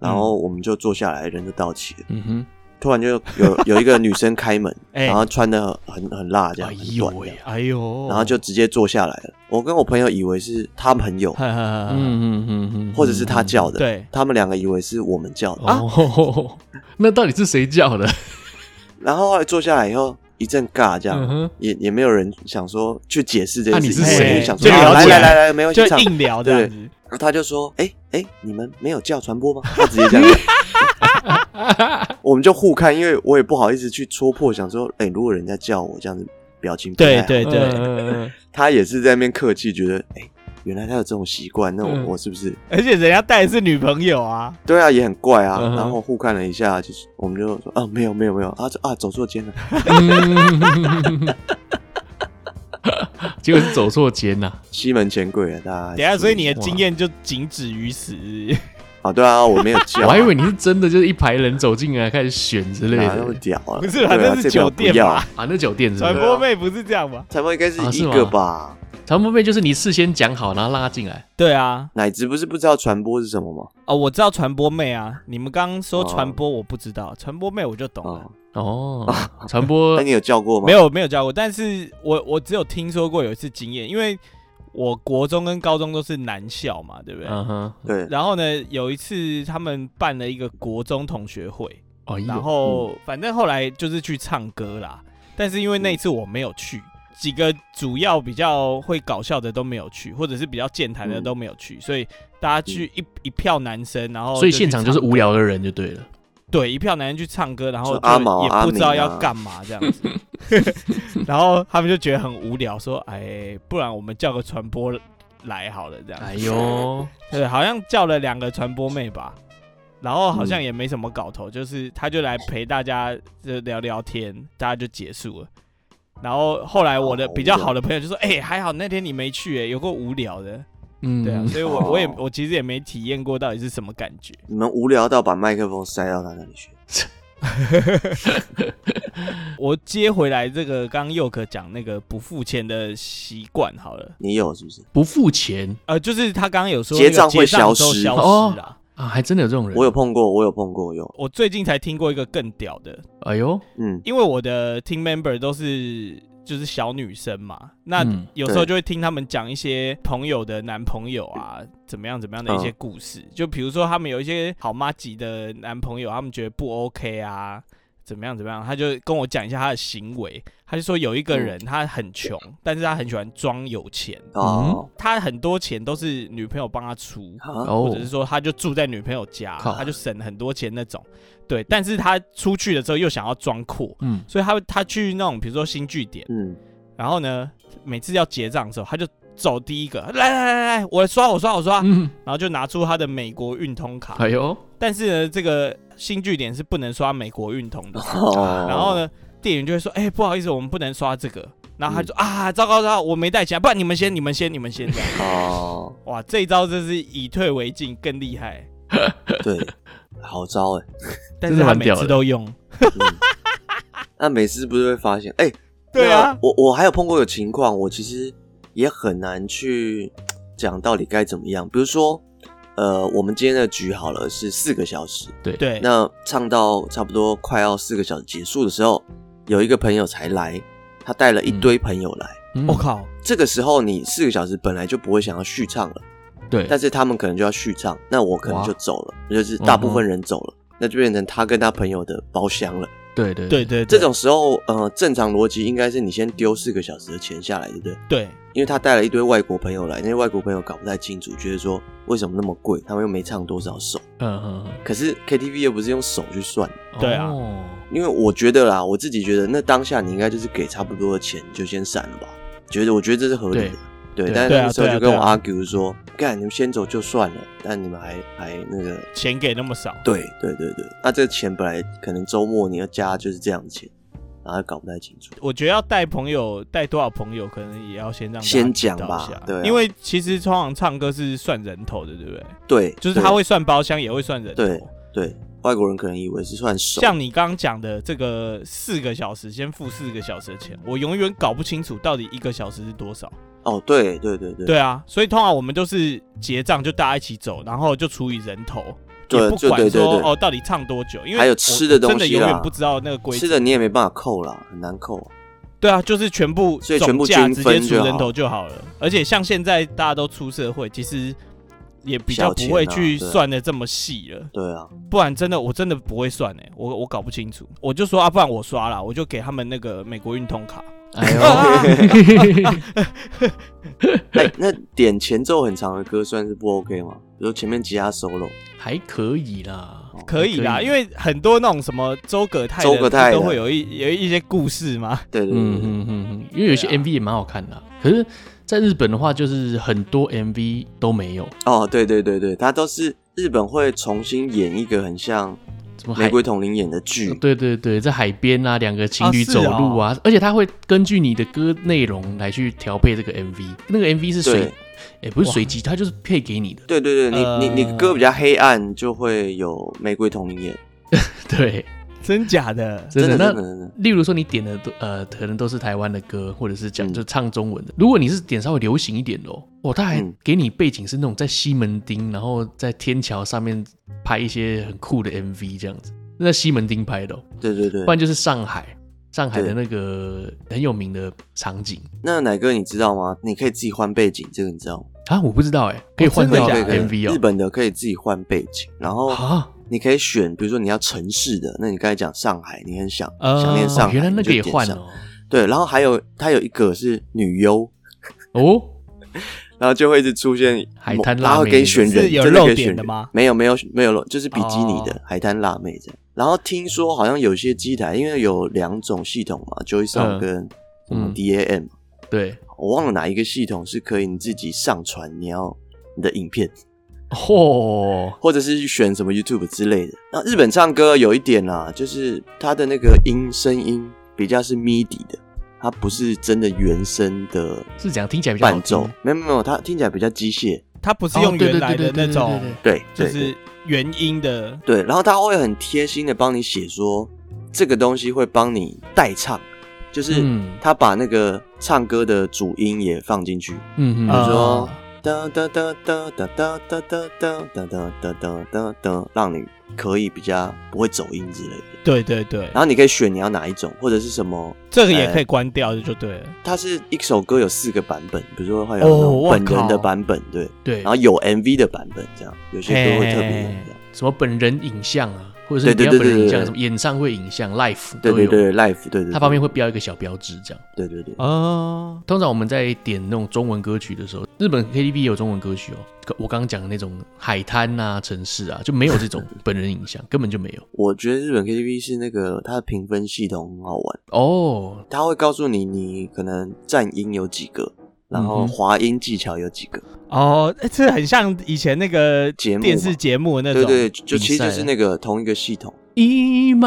Speaker 2: 然后我们就坐下来，人就到齐了。
Speaker 1: 嗯哼，
Speaker 2: 突然就有有一个女生开门，
Speaker 3: 哎
Speaker 2: 然后穿的很很辣这样，
Speaker 1: 哎
Speaker 2: 很
Speaker 1: 呦
Speaker 2: 短这
Speaker 1: 喂
Speaker 2: 样，
Speaker 1: 啊，
Speaker 3: 哎呦，
Speaker 2: 然后就直接坐下来了。我跟我朋友以为是他朋友，
Speaker 3: 哈，哈哈哈
Speaker 1: 嗯嗯嗯嗯，
Speaker 2: 呃或者是他叫的，
Speaker 3: 对，
Speaker 2: 他们两个以为是我们叫的。
Speaker 3: 啊
Speaker 1: 哦， 那到底是谁叫的？
Speaker 2: 然后后来坐下来以后一阵尬这
Speaker 1: 嗯
Speaker 2: 样。
Speaker 1: 哼，
Speaker 2: 也也没有人想说去解释这件事情，
Speaker 1: 啊你是谁
Speaker 2: 我就想说
Speaker 3: 就
Speaker 2: 啊
Speaker 3: 了
Speaker 2: 来
Speaker 3: 解
Speaker 2: 来来来，没关系，
Speaker 3: 就
Speaker 2: 唱。
Speaker 3: 硬聊这样子。
Speaker 2: 然后他就说：“哎、哎、你们没有叫传播吗？”他直接这样讲， 我们就互看，因为我也不好意思去戳破，想说：“哎、如果人家叫我这样子，表情不太
Speaker 3: 对
Speaker 2: 好
Speaker 3: 对嗯对，
Speaker 1: 对，
Speaker 2: 他也是在那边客气，觉得：“哎、原来他有这种习惯，那我、
Speaker 1: 嗯
Speaker 2: 我是不是
Speaker 3: 而且人家带的是女朋友啊，
Speaker 2: 对啊？也很怪啊。
Speaker 1: 嗯哼
Speaker 2: 然后互看了一下，就是我们就说：“啊，没有没有没有。”他说：“啊，走错间了。
Speaker 1: 嗯 结果是走 错间呐、”
Speaker 2: 西门前柜啊，大家
Speaker 3: 等一下，所以你的
Speaker 1: 哇
Speaker 3: 经验就仅止于此。
Speaker 2: 啊、啊，对啊，我没有叫啊、
Speaker 1: 我还以为你是真的就是一排人走进来开始选之类
Speaker 2: 哪那
Speaker 1: 的
Speaker 2: 么屌啊？
Speaker 3: 不是吧
Speaker 2: 对啊
Speaker 3: 这
Speaker 2: 这
Speaker 3: 是
Speaker 2: 表
Speaker 3: 酒店
Speaker 2: 不要
Speaker 3: 吧
Speaker 2: 啊，
Speaker 1: 啊，那酒店是不
Speaker 3: 传
Speaker 1: 是？
Speaker 3: 播妹不是这样吧？
Speaker 2: 裁判应该是
Speaker 1: 啊
Speaker 2: 一
Speaker 1: 是吗
Speaker 2: 个吧？
Speaker 1: 传播妹就是你事先讲好，然后让他进 来。
Speaker 3: 对啊，
Speaker 2: 奶子不是不知道传播是什么吗？
Speaker 3: 哦，我知道传播妹啊，你们刚刚说传播我不知道，传播妹我就懂了。
Speaker 2: 哦，
Speaker 1: 哦，传播
Speaker 2: 那哎你有叫过吗？
Speaker 3: 呃没有没有教过，但是我我只有听说过有一次经验，因为我国中跟高中都是男校嘛，对不对？
Speaker 1: 嗯哼，
Speaker 2: 对，
Speaker 3: 然后呢，有一次他们办了一个国中同学会，
Speaker 1: 哦，
Speaker 3: 然后反正后来就是去唱歌啦，但是因为那一次我没有去，几个主要比较会搞笑的都没有去，或者是比较健
Speaker 1: 嗯
Speaker 3: 谈的都没有去，所以大家去一一票男生，然后
Speaker 1: 所以
Speaker 3: 去
Speaker 1: 现场就是
Speaker 3: 唱歌
Speaker 1: 无聊的人就对了。
Speaker 3: 对，一票男人去唱歌，然后
Speaker 2: 说阿
Speaker 3: 就
Speaker 2: 毛
Speaker 3: 也
Speaker 2: 阿
Speaker 3: 不知道
Speaker 2: 明啊
Speaker 3: 要干嘛这样子， 然后他们就觉得很无聊，说：“哎，不然我们叫个传播来好了。”这样，
Speaker 1: 哎 呦，
Speaker 3: 对，好像叫了两个传播妹吧，然后好像
Speaker 2: 嗯
Speaker 3: 也没什么搞头，就是他就来陪大家就聊聊天，大家就结束了。然后后来我的
Speaker 2: 好
Speaker 3: 比较
Speaker 2: 无聊
Speaker 3: 好的朋友就说：“哎、还好那天你没去、哎，有够无聊的。”
Speaker 1: 嗯，
Speaker 3: 对啊，所以我我也
Speaker 2: 哦
Speaker 3: 我其实也没体验过到底是什么感觉。
Speaker 2: 你们无聊到把麦克风塞到他那里去？
Speaker 3: 我接回来这个刚佑可讲那个不付钱的习惯好了，
Speaker 2: 你有是不是？
Speaker 1: 不付钱
Speaker 3: 呃，就是他刚刚有说
Speaker 2: 结账
Speaker 3: 那个
Speaker 2: 会
Speaker 3: 的时候
Speaker 2: 消失
Speaker 3: 消
Speaker 1: 哦
Speaker 3: 失啊。
Speaker 1: 啊，还真的有这种人。
Speaker 2: 我有，碰过，我有碰过，有，
Speaker 3: 我最近才听过一个更屌的，
Speaker 1: 哎呦，
Speaker 2: 嗯，
Speaker 3: 因为我的 team member 都是就是小女生嘛，那
Speaker 1: 嗯
Speaker 3: 有时候就会听他们讲一些朋友的男朋友啊，怎么样怎么样的一些
Speaker 2: 嗯
Speaker 3: 故事，就比如说他们有一些好妈级的男朋友，他们觉得不 OK 啊，怎么样怎么样，他就跟我讲一下他的行为，他就说有一个人
Speaker 1: 嗯
Speaker 3: 他很穷，但是他很喜欢装有钱，
Speaker 2: 哦，
Speaker 3: 他很多钱都是女朋友帮他出。
Speaker 2: 啊，
Speaker 1: 哦
Speaker 3: 或者是说他就住在女朋友家，
Speaker 1: 靠
Speaker 3: 他就省很多钱那种，对。但是他出去的时候又想要装阔，
Speaker 1: 嗯，
Speaker 3: 所以他他去那种比如说新据点，
Speaker 2: 嗯，
Speaker 3: 然后呢，每次要结账的时候，他就走第一个，来来来来，我刷我刷我刷，
Speaker 1: 嗯，
Speaker 3: 然后就拿出他的美国运通卡，
Speaker 1: 哎呦，
Speaker 3: 但是呢，这个新据点是不能刷美国运通的，
Speaker 2: 哦，
Speaker 3: 然后？呢，店员就会说，哎、不好意思，我们不能刷这个。
Speaker 1: 嗯
Speaker 3: 然后他就、啊，糟糕糟糕，我没带钱，不然你们先，你们先，你 们先这样。
Speaker 2: 哦，
Speaker 3: 哇，这一招真是以退为进，更厉害。
Speaker 2: 对，好招哎、
Speaker 3: 但
Speaker 1: 真
Speaker 3: 是
Speaker 1: 的
Speaker 3: 他
Speaker 1: 蛮
Speaker 3: 每
Speaker 1: 屌
Speaker 3: 次
Speaker 1: 的
Speaker 3: 都用，
Speaker 2: 嗯那每次不是会发现，哎、
Speaker 3: 对啊
Speaker 2: 那，我我还有碰过有情况，我其实也很难去讲到底该怎么样。比如说，呃，我们今天的局好了是四个小时，
Speaker 1: 哎
Speaker 3: 对，
Speaker 2: 那唱到差不多快要四个小时结束的时候，有一个朋友才来，他带了一堆朋友来。
Speaker 1: 嗯
Speaker 3: 我、，靠，
Speaker 2: 这个时候你四个小时本来就不会想要续唱了，
Speaker 1: 对，
Speaker 2: 但是他们可能就要续唱，那我可能
Speaker 1: 哇嗯
Speaker 2: 就走了，就是大部分人走了，那就变成他跟他朋友的包厢了。
Speaker 1: 对对
Speaker 3: 对，对对，
Speaker 2: 这种时候，呃，正常逻辑应该是你先丢四个小时的钱下来，对不对？
Speaker 3: 对
Speaker 2: 因为他带了一堆外国朋友来，那些外国朋友搞不太清楚，觉得说为什么那么贵，他们又没唱多少首。
Speaker 1: 嗯嗯
Speaker 2: 可是 KTV 又不是用手去算，
Speaker 1: 嗯，
Speaker 3: 对啊
Speaker 1: 哦
Speaker 2: 因为我觉得啦，我自己觉得那当下你应该就是给差不多的钱就先闪了吧，觉得我觉得这是合理的。对，
Speaker 1: 对
Speaker 2: 但是
Speaker 3: 对啊
Speaker 2: 那时候
Speaker 3: 对啊
Speaker 2: 就跟我
Speaker 3: 对啊
Speaker 2: argue 说，干、你们先走就算了，但你们还还那个，
Speaker 3: 钱给那么少，
Speaker 2: 对对对对，那、这个钱本来可能周末你要加就是这样的钱，然后搞不太清楚。
Speaker 3: 我觉得要带朋友，带多少朋友，可能也要先让大家
Speaker 2: 先讲吧
Speaker 3: 知道一下
Speaker 2: 对啊
Speaker 3: 因为其实通常唱歌是算人头的，对不对？
Speaker 2: 对，
Speaker 3: 就是他会算包厢，也会算人头。
Speaker 2: 对对对外国人可能以为是算手，
Speaker 3: 像你刚刚讲的这个四个小时，先付四个小时的钱，我永远搞不清楚到底一个小时是多少。
Speaker 2: 哦，对对对对
Speaker 3: 对啊，所以通常我们就是结账就大家一起走，然后就除以人头，
Speaker 2: 对
Speaker 3: 也不管
Speaker 2: 对对对
Speaker 3: 说
Speaker 2: 对
Speaker 3: 哦到底唱多久，因为
Speaker 2: 还有
Speaker 3: 我
Speaker 2: 吃的东西
Speaker 3: 真的永远
Speaker 2: 啦
Speaker 3: 不知道那个规
Speaker 2: 吃
Speaker 3: 则。
Speaker 2: 的你也没办法扣啦，很难扣啊、
Speaker 3: 对啊，就是全部
Speaker 2: 所以全部
Speaker 3: 总价
Speaker 2: 均
Speaker 3: 直接
Speaker 2: 分
Speaker 3: 除
Speaker 2: 就好
Speaker 3: 人头就好了。而且像现在大家都出社会，其实也比较
Speaker 2: 小钱
Speaker 3: 不
Speaker 2: 啊
Speaker 3: 会去
Speaker 2: 对
Speaker 3: 算的这么细了。
Speaker 2: 对啊，
Speaker 3: 不然真的我真的不会算哎、我我搞不清楚。我就说啊，不然我刷啦，我就给他们那个美国运通卡。
Speaker 1: 哎
Speaker 3: 啊 啊啊
Speaker 1: 呦，
Speaker 2: 哎、那点前奏很长的歌算是不 OK 吗？比如前面吉他 solo，
Speaker 1: 还可以啦，
Speaker 2: 哦
Speaker 3: 可以啦，
Speaker 1: 可以
Speaker 3: 因为很多那种什么周葛泰的，
Speaker 2: 周葛泰的
Speaker 3: 不都会有一有一些故事嘛。
Speaker 2: 对对对
Speaker 1: 嗯
Speaker 2: 对对
Speaker 1: 嗯嗯嗯，因为有些
Speaker 3: 对啊
Speaker 1: MV 也蛮好看的啊，可是。在日本的话，就是很多 MV 都没有，
Speaker 2: 哦，对对对对，它都是日本会重新演一个很像
Speaker 1: 什么海
Speaker 2: 玫瑰童林演的剧，
Speaker 1: 呃对对对，在海边啊，两个情
Speaker 3: 啊
Speaker 1: 侣
Speaker 3: 是
Speaker 1: 走路啊，而且他会根据你的歌内容来去调配这个 MV。那个 MV 是水
Speaker 2: 对
Speaker 1: 也不是随机，它就是配给你的。
Speaker 2: 对对对，你、
Speaker 1: 呃
Speaker 2: 你你歌比较黑暗，就会有玫瑰同林眼，
Speaker 1: 对，
Speaker 3: 真假的？
Speaker 1: 真的。
Speaker 2: 真的
Speaker 1: 那
Speaker 2: 真的真的
Speaker 1: 例如说你点的都呃，可能都是台湾的歌，或者是讲
Speaker 2: 嗯
Speaker 1: 就唱中文的。如果你是点稍微流行一点的哦，哦，他还
Speaker 2: 嗯
Speaker 1: 给你背景是那种在西门町，然后在天桥上面拍一些很酷的 MV 这样子，那在西门町拍的、哦，
Speaker 2: 对对对
Speaker 1: 不。然就是上海，上海的
Speaker 2: 对
Speaker 1: 那个很有名的场景
Speaker 2: 那奶哥你知道吗？你可以自己换背景，这个你知道吗？
Speaker 1: 啊，我不知道哎、可以
Speaker 3: 哦
Speaker 1: 换
Speaker 3: 真的
Speaker 1: 掉
Speaker 3: 假的
Speaker 1: MV
Speaker 2: 日
Speaker 1: 哦，
Speaker 2: 本的哦可以自己换背景，然后
Speaker 1: 啊，
Speaker 2: 你可以选，比如说你要城市的，那你刚才讲上海，你很想、
Speaker 3: 呃
Speaker 2: 想念上
Speaker 1: 哦，
Speaker 2: 海，
Speaker 1: 原来那个
Speaker 2: 你
Speaker 1: 也
Speaker 2: 就点
Speaker 1: 换
Speaker 2: 上
Speaker 1: 哦，
Speaker 2: 对，然后还有它有一个是女优，
Speaker 1: 哦，
Speaker 2: 然后就会一直出现
Speaker 1: 海
Speaker 2: 某
Speaker 1: 滩辣
Speaker 2: 然后
Speaker 1: 妹
Speaker 2: 给
Speaker 1: 那
Speaker 2: 你选
Speaker 1: 种
Speaker 2: 人，
Speaker 3: 是有
Speaker 2: 真的可
Speaker 3: 露
Speaker 2: 以选
Speaker 3: 点的
Speaker 2: 人
Speaker 3: 吗
Speaker 2: 没有没有没有露，就是比基尼的、
Speaker 3: 哦
Speaker 2: 海滩辣妹这样。然后听说好像有些机台，因为有两种系统嘛，Joy
Speaker 1: 嗯
Speaker 2: Sound 跟什么
Speaker 1: 嗯
Speaker 2: DAM，、
Speaker 1: 对，
Speaker 2: 我忘了哪一个系统是可以你自己上传你要你的影片，
Speaker 1: 嚯、
Speaker 2: 或者是选什么 YouTube 之类的。那日本唱歌有一点啦、就是它的那个音声音比较是 MIDI 的，它不是真的原声的
Speaker 1: 是这样，听起来比较好
Speaker 2: 伴
Speaker 1: 听
Speaker 2: 奏，没有没有没有，它听起来比较机械。
Speaker 3: 它不是
Speaker 1: 哦
Speaker 3: 用
Speaker 1: 对
Speaker 3: 原
Speaker 1: 对
Speaker 3: 来
Speaker 1: 对
Speaker 3: 的
Speaker 1: 对对
Speaker 3: 那
Speaker 1: 对
Speaker 3: 种
Speaker 1: 对，对
Speaker 2: 对，
Speaker 3: 就
Speaker 2: 对对
Speaker 3: 是原音的
Speaker 2: 对，然后他会很贴心的帮你写说，这个东西会帮你代唱，就是
Speaker 1: 嗯
Speaker 2: 他把那个唱歌的主音也放进去，
Speaker 1: 嗯嗯，
Speaker 2: 比如
Speaker 3: 呃
Speaker 2: 说
Speaker 3: 哦
Speaker 2: 哒哒哒哒哒哒哒哒哒哒哒哒哒哒哒，让你可以比较不会走音之类的。
Speaker 3: 对对对，
Speaker 2: 然后你可以选你要哪一种，或者是什么。
Speaker 3: 这个
Speaker 2: 哎
Speaker 3: 也可以关掉的，就对了。
Speaker 2: 它是一首歌有四个版本，比如说会有
Speaker 3: 哦
Speaker 2: 那种
Speaker 3: 哇
Speaker 2: 本人的
Speaker 3: 靠
Speaker 2: 版本，对，
Speaker 1: 对，
Speaker 2: 然后有 MV 的版本，这样有些歌会特别的
Speaker 3: 嘿
Speaker 2: 这样。
Speaker 1: 什么本人影像啊，或者是你
Speaker 2: 对
Speaker 1: 要
Speaker 2: 对对
Speaker 1: 本人影
Speaker 2: 对对对
Speaker 1: 像，什么演唱会影像、live
Speaker 2: 对
Speaker 1: 都
Speaker 2: 对
Speaker 1: 有。
Speaker 2: 对，Life，对对对，
Speaker 1: 它旁边会标一个小标志，这样。
Speaker 2: 对对对，
Speaker 3: 哦，
Speaker 1: 通常我们在点那种中文歌曲的时候，日本 KTV 也有中文歌曲哦。可我刚刚讲的那种海滩啊、城市啊，就没有这种本人影像，根本就没有。
Speaker 2: 我觉得日本 KTV 是那个它的评分系统很好玩，
Speaker 1: 哦，
Speaker 2: 它会告诉你你可能战音有几个，然后
Speaker 1: 嗯哼
Speaker 2: 滑音技巧有几个，
Speaker 3: 哦，诶这很像以前那个
Speaker 2: 节目
Speaker 3: 电视节目那
Speaker 2: 对
Speaker 3: 种，
Speaker 2: 对，就其
Speaker 1: 比
Speaker 2: 实就
Speaker 1: 赛
Speaker 2: 是那个同一个系统。
Speaker 1: 今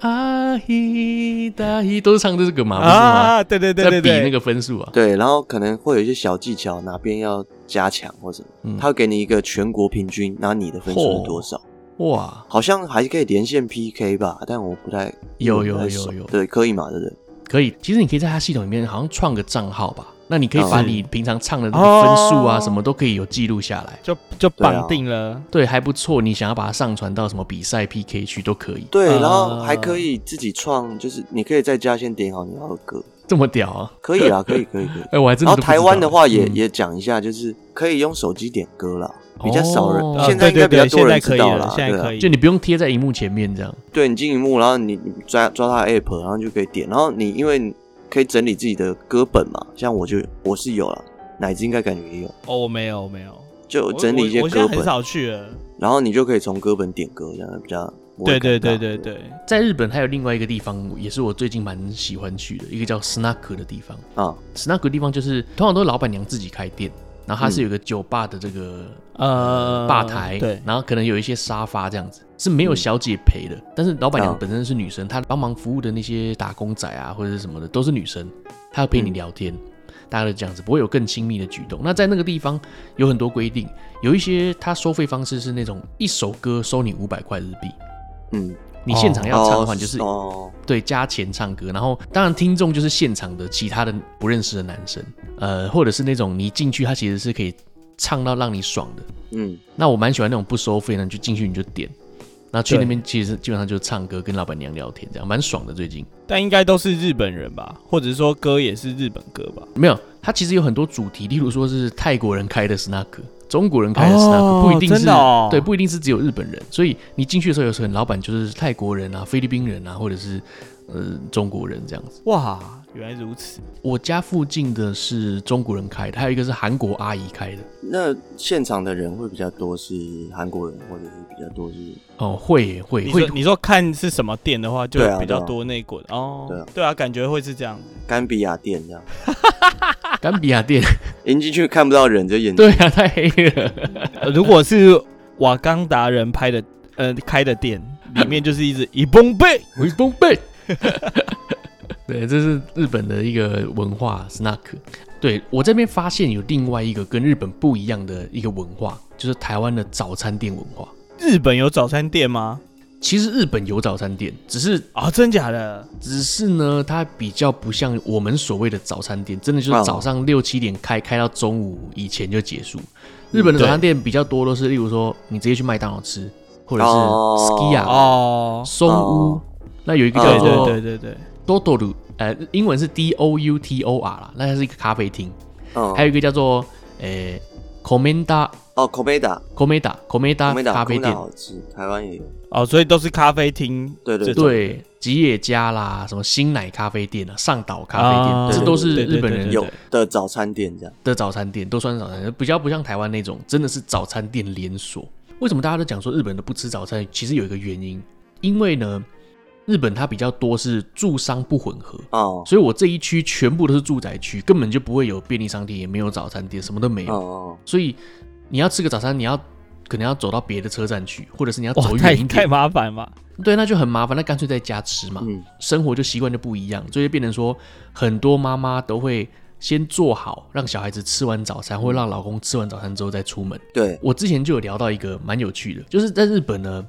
Speaker 1: あひだひ都是唱这个嘛，不是吗？
Speaker 3: 啊，对对对
Speaker 1: 在
Speaker 3: 对
Speaker 1: 比
Speaker 3: 对，
Speaker 1: 那个分数啊。
Speaker 2: 对，然后可能会有一些小技巧，哪边要加强或什么，
Speaker 1: 嗯
Speaker 2: 它会给你一个全国平均，然后你的分数是多少？
Speaker 1: 哇，
Speaker 2: 好像还可以连线 PK 吧，但我不太
Speaker 1: 有有
Speaker 2: 不太
Speaker 1: 有
Speaker 2: 熟
Speaker 1: 有
Speaker 2: 对，可以嘛？对不对？
Speaker 1: 可以，其实你可以在它系统里面好像创个账号吧。那你可以
Speaker 2: 哦
Speaker 1: 把你平常唱的那个分数啊，
Speaker 3: 哦
Speaker 1: 什么都可以有记录下来。
Speaker 3: 就就
Speaker 2: 对啊
Speaker 3: 绑定了。
Speaker 1: 对，还不错。你想要把它上传到什么比赛 PK 去都可以，
Speaker 2: 对，
Speaker 3: 啊
Speaker 2: 然后还可以自己创，就是你可以在家先点好你要的歌，
Speaker 1: 这么屌啊！
Speaker 2: 可以啊，可以，可以，可以。
Speaker 1: 哎、我还真
Speaker 2: 然
Speaker 1: 的都
Speaker 2: 后
Speaker 1: 不知道。
Speaker 2: 台湾的话也、
Speaker 1: 嗯
Speaker 2: 也讲一下，就是可以用手机点歌啦，
Speaker 1: 哦
Speaker 2: 比较少人，
Speaker 1: 呃
Speaker 2: 啊现在应该比较
Speaker 3: 对对对
Speaker 2: 多
Speaker 3: 现在
Speaker 2: 人
Speaker 3: 可
Speaker 2: 知
Speaker 3: 以
Speaker 2: 道
Speaker 3: 了
Speaker 2: 啦，，
Speaker 3: 现在
Speaker 2: 对啊
Speaker 3: 可以，
Speaker 1: 就你不用贴在荧幕前面这样。
Speaker 2: 对你进荧幕，然后你你抓抓它的 app，然后就可以点，然后你因为你可以整理自己的歌本嘛，像我就我是有了，奶子应该感觉也有，
Speaker 3: 哦，我没有我没有，
Speaker 2: 就
Speaker 3: 我
Speaker 2: 整理一些
Speaker 3: 我我现
Speaker 2: 歌
Speaker 3: 在很
Speaker 2: 本，
Speaker 3: 少去了。
Speaker 2: 然后你就可以从歌本点歌，这样比较不会
Speaker 3: 对对
Speaker 2: 尴尬
Speaker 3: 对对对，
Speaker 1: 在日本还有另外一个地方，也是我最近蛮喜欢去的，一个叫 snack 的地方。
Speaker 2: 啊，
Speaker 1: snack 的地方就是通常都是老板娘自己开店，然后它是
Speaker 2: 嗯
Speaker 1: 有一个酒吧的这个
Speaker 3: 呃，
Speaker 1: 吧台，
Speaker 3: 对，
Speaker 1: 然后可能有一些沙发这样子，是没
Speaker 2: 嗯
Speaker 1: 有小姐陪的。但是老板娘
Speaker 2: 啊
Speaker 1: 本身是女生，她帮忙服务的那些打工仔啊或者是什么的都是女生，她要陪你
Speaker 2: 嗯
Speaker 1: 聊天，大概就这样子，不会有更亲密的举动。那在那个地方有很多规定，有一些她收费方式是那种一首歌收你五百块日币，
Speaker 2: 嗯，
Speaker 1: 你现场要唱的话
Speaker 2: 哦
Speaker 1: 你就是
Speaker 2: 哦，
Speaker 1: 对，加钱唱歌，然后当然听众就是现场的其他的不认识的男生，呃，或者是那种你进去他其实是可以唱到让你爽的。
Speaker 2: 嗯，
Speaker 1: 那我蛮喜欢那种不收费呢，你就进去你就点，然后去
Speaker 3: 对
Speaker 1: 那边其实基本上就唱歌跟老板娘聊天，这样蛮爽的。最近
Speaker 3: 但应该都是日本人吧，或者说歌也是日本歌吧。
Speaker 1: 没有，他其实有很多主题，例如说是泰国人开的 snack，中国人开的 snack，、
Speaker 3: 哦
Speaker 1: 不一定
Speaker 3: 真
Speaker 1: 是、
Speaker 3: 的哦
Speaker 1: 对，不一定是只有日本人。所以你进去的时候，有时候老板就是泰国人啊、菲律宾人啊，或者是呃中国人这样子。
Speaker 3: 哇，原来如此。
Speaker 1: 我家附近的是中国人开的，还有一个是韩国阿姨开的。
Speaker 2: 那现场的人会比较多是韩国人，或者是比较多是
Speaker 1: 哦，会耶会
Speaker 3: 你
Speaker 1: 会
Speaker 3: 说，你说看是什么店的话，就
Speaker 2: 对啊
Speaker 3: 比较
Speaker 2: 对啊
Speaker 3: 多那一国的哦。
Speaker 2: 对啊
Speaker 3: 对啊，感觉会是这样子。
Speaker 2: 甘比亚店这样，
Speaker 1: 甘比亚店，
Speaker 2: 迎进去看不到人就眼睛
Speaker 1: 对啊，太黑了。
Speaker 3: 呃如果是瓦冈达人拍的，呃，开的店里面就是一直一崩贝，
Speaker 1: 回崩 贝。对，这是日本的一个文化 snack。对我这边发现有另外一个跟日本不一样的一个文化，就是台湾的早餐店文化。
Speaker 3: 日本有早餐店吗？
Speaker 1: 其实日本有早餐店，只是
Speaker 3: 啊、真假的？
Speaker 1: 只是呢，它比较不像我们所谓的早餐店，真的就是
Speaker 2: 哦
Speaker 1: 早上六七点开，开到中午以前就结束。日本的早餐店比较多都是，例如说你直接去麦当劳吃，或者是
Speaker 2: 哦
Speaker 1: Skia、
Speaker 3: 哦，
Speaker 1: 松屋
Speaker 2: 哦。
Speaker 1: 那有一个叫
Speaker 3: 对
Speaker 1: 做
Speaker 3: 对对对对，
Speaker 1: Dodoru，呃，英文是 D O U T O R 啦，那它是一个咖啡厅。
Speaker 2: 嗯，
Speaker 1: 还有一个叫做呃 Comenda
Speaker 2: 哦 c o m e d a
Speaker 1: Comeda
Speaker 2: c o
Speaker 1: Comeda
Speaker 2: m e d
Speaker 1: 咖
Speaker 2: a c o
Speaker 1: 啡
Speaker 2: m e d a
Speaker 1: 店，
Speaker 2: 好吃，台湾也有。
Speaker 3: 哦，所以都是咖啡厅
Speaker 2: 对对
Speaker 3: 这种，
Speaker 1: 对，吉野家啦，什么新奶咖啡店啊，上岛咖啡店，
Speaker 3: 啊
Speaker 1: 这
Speaker 2: 对
Speaker 1: 都
Speaker 2: 对
Speaker 1: 是
Speaker 3: 对对
Speaker 1: 日本
Speaker 3: 对
Speaker 1: 人
Speaker 3: 对
Speaker 2: 有的早餐店这样，
Speaker 1: 的早餐店，都算是早餐店，比较不像台湾那种真的是早餐店连锁。为什么大家都讲说日本人都不吃早餐？其实有一个原因，因为呢，日本它比较多是住商不混合，
Speaker 2: 哦
Speaker 1: 所以我这一区全部都是住宅区，根本就不会有便利商店，也没有早餐店，什么都没有。
Speaker 2: 哦哦，
Speaker 1: 所以你要吃个早餐，你要可能要走到别的车站去，或者是你要
Speaker 3: 哇，
Speaker 1: 走
Speaker 3: 太
Speaker 1: 远一
Speaker 3: 太
Speaker 1: 点，
Speaker 3: 麻烦嘛。
Speaker 1: 对，那就很麻烦。那干脆在家吃嘛，
Speaker 2: 嗯
Speaker 1: 生活就习惯就不一样，所以就变成说，很多妈妈都会先做好，让小孩子吃完早餐，或者让老公吃完早餐之后再出门。
Speaker 2: 对，
Speaker 1: 我之前就有聊到一个蛮有趣的，就是在日本呢，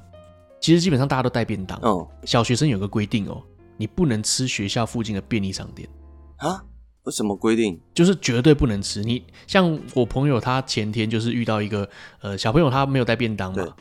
Speaker 1: 其实基本上大家都带便当，
Speaker 2: 哦
Speaker 1: 小学生有个规定哦，你不能吃学校附近的便利商店。
Speaker 2: 啊，有什么规定？
Speaker 1: 就是绝对不能吃。你像我朋友，他前天就是遇到一个呃小朋友，他没有带便当
Speaker 2: 对
Speaker 1: 嘛，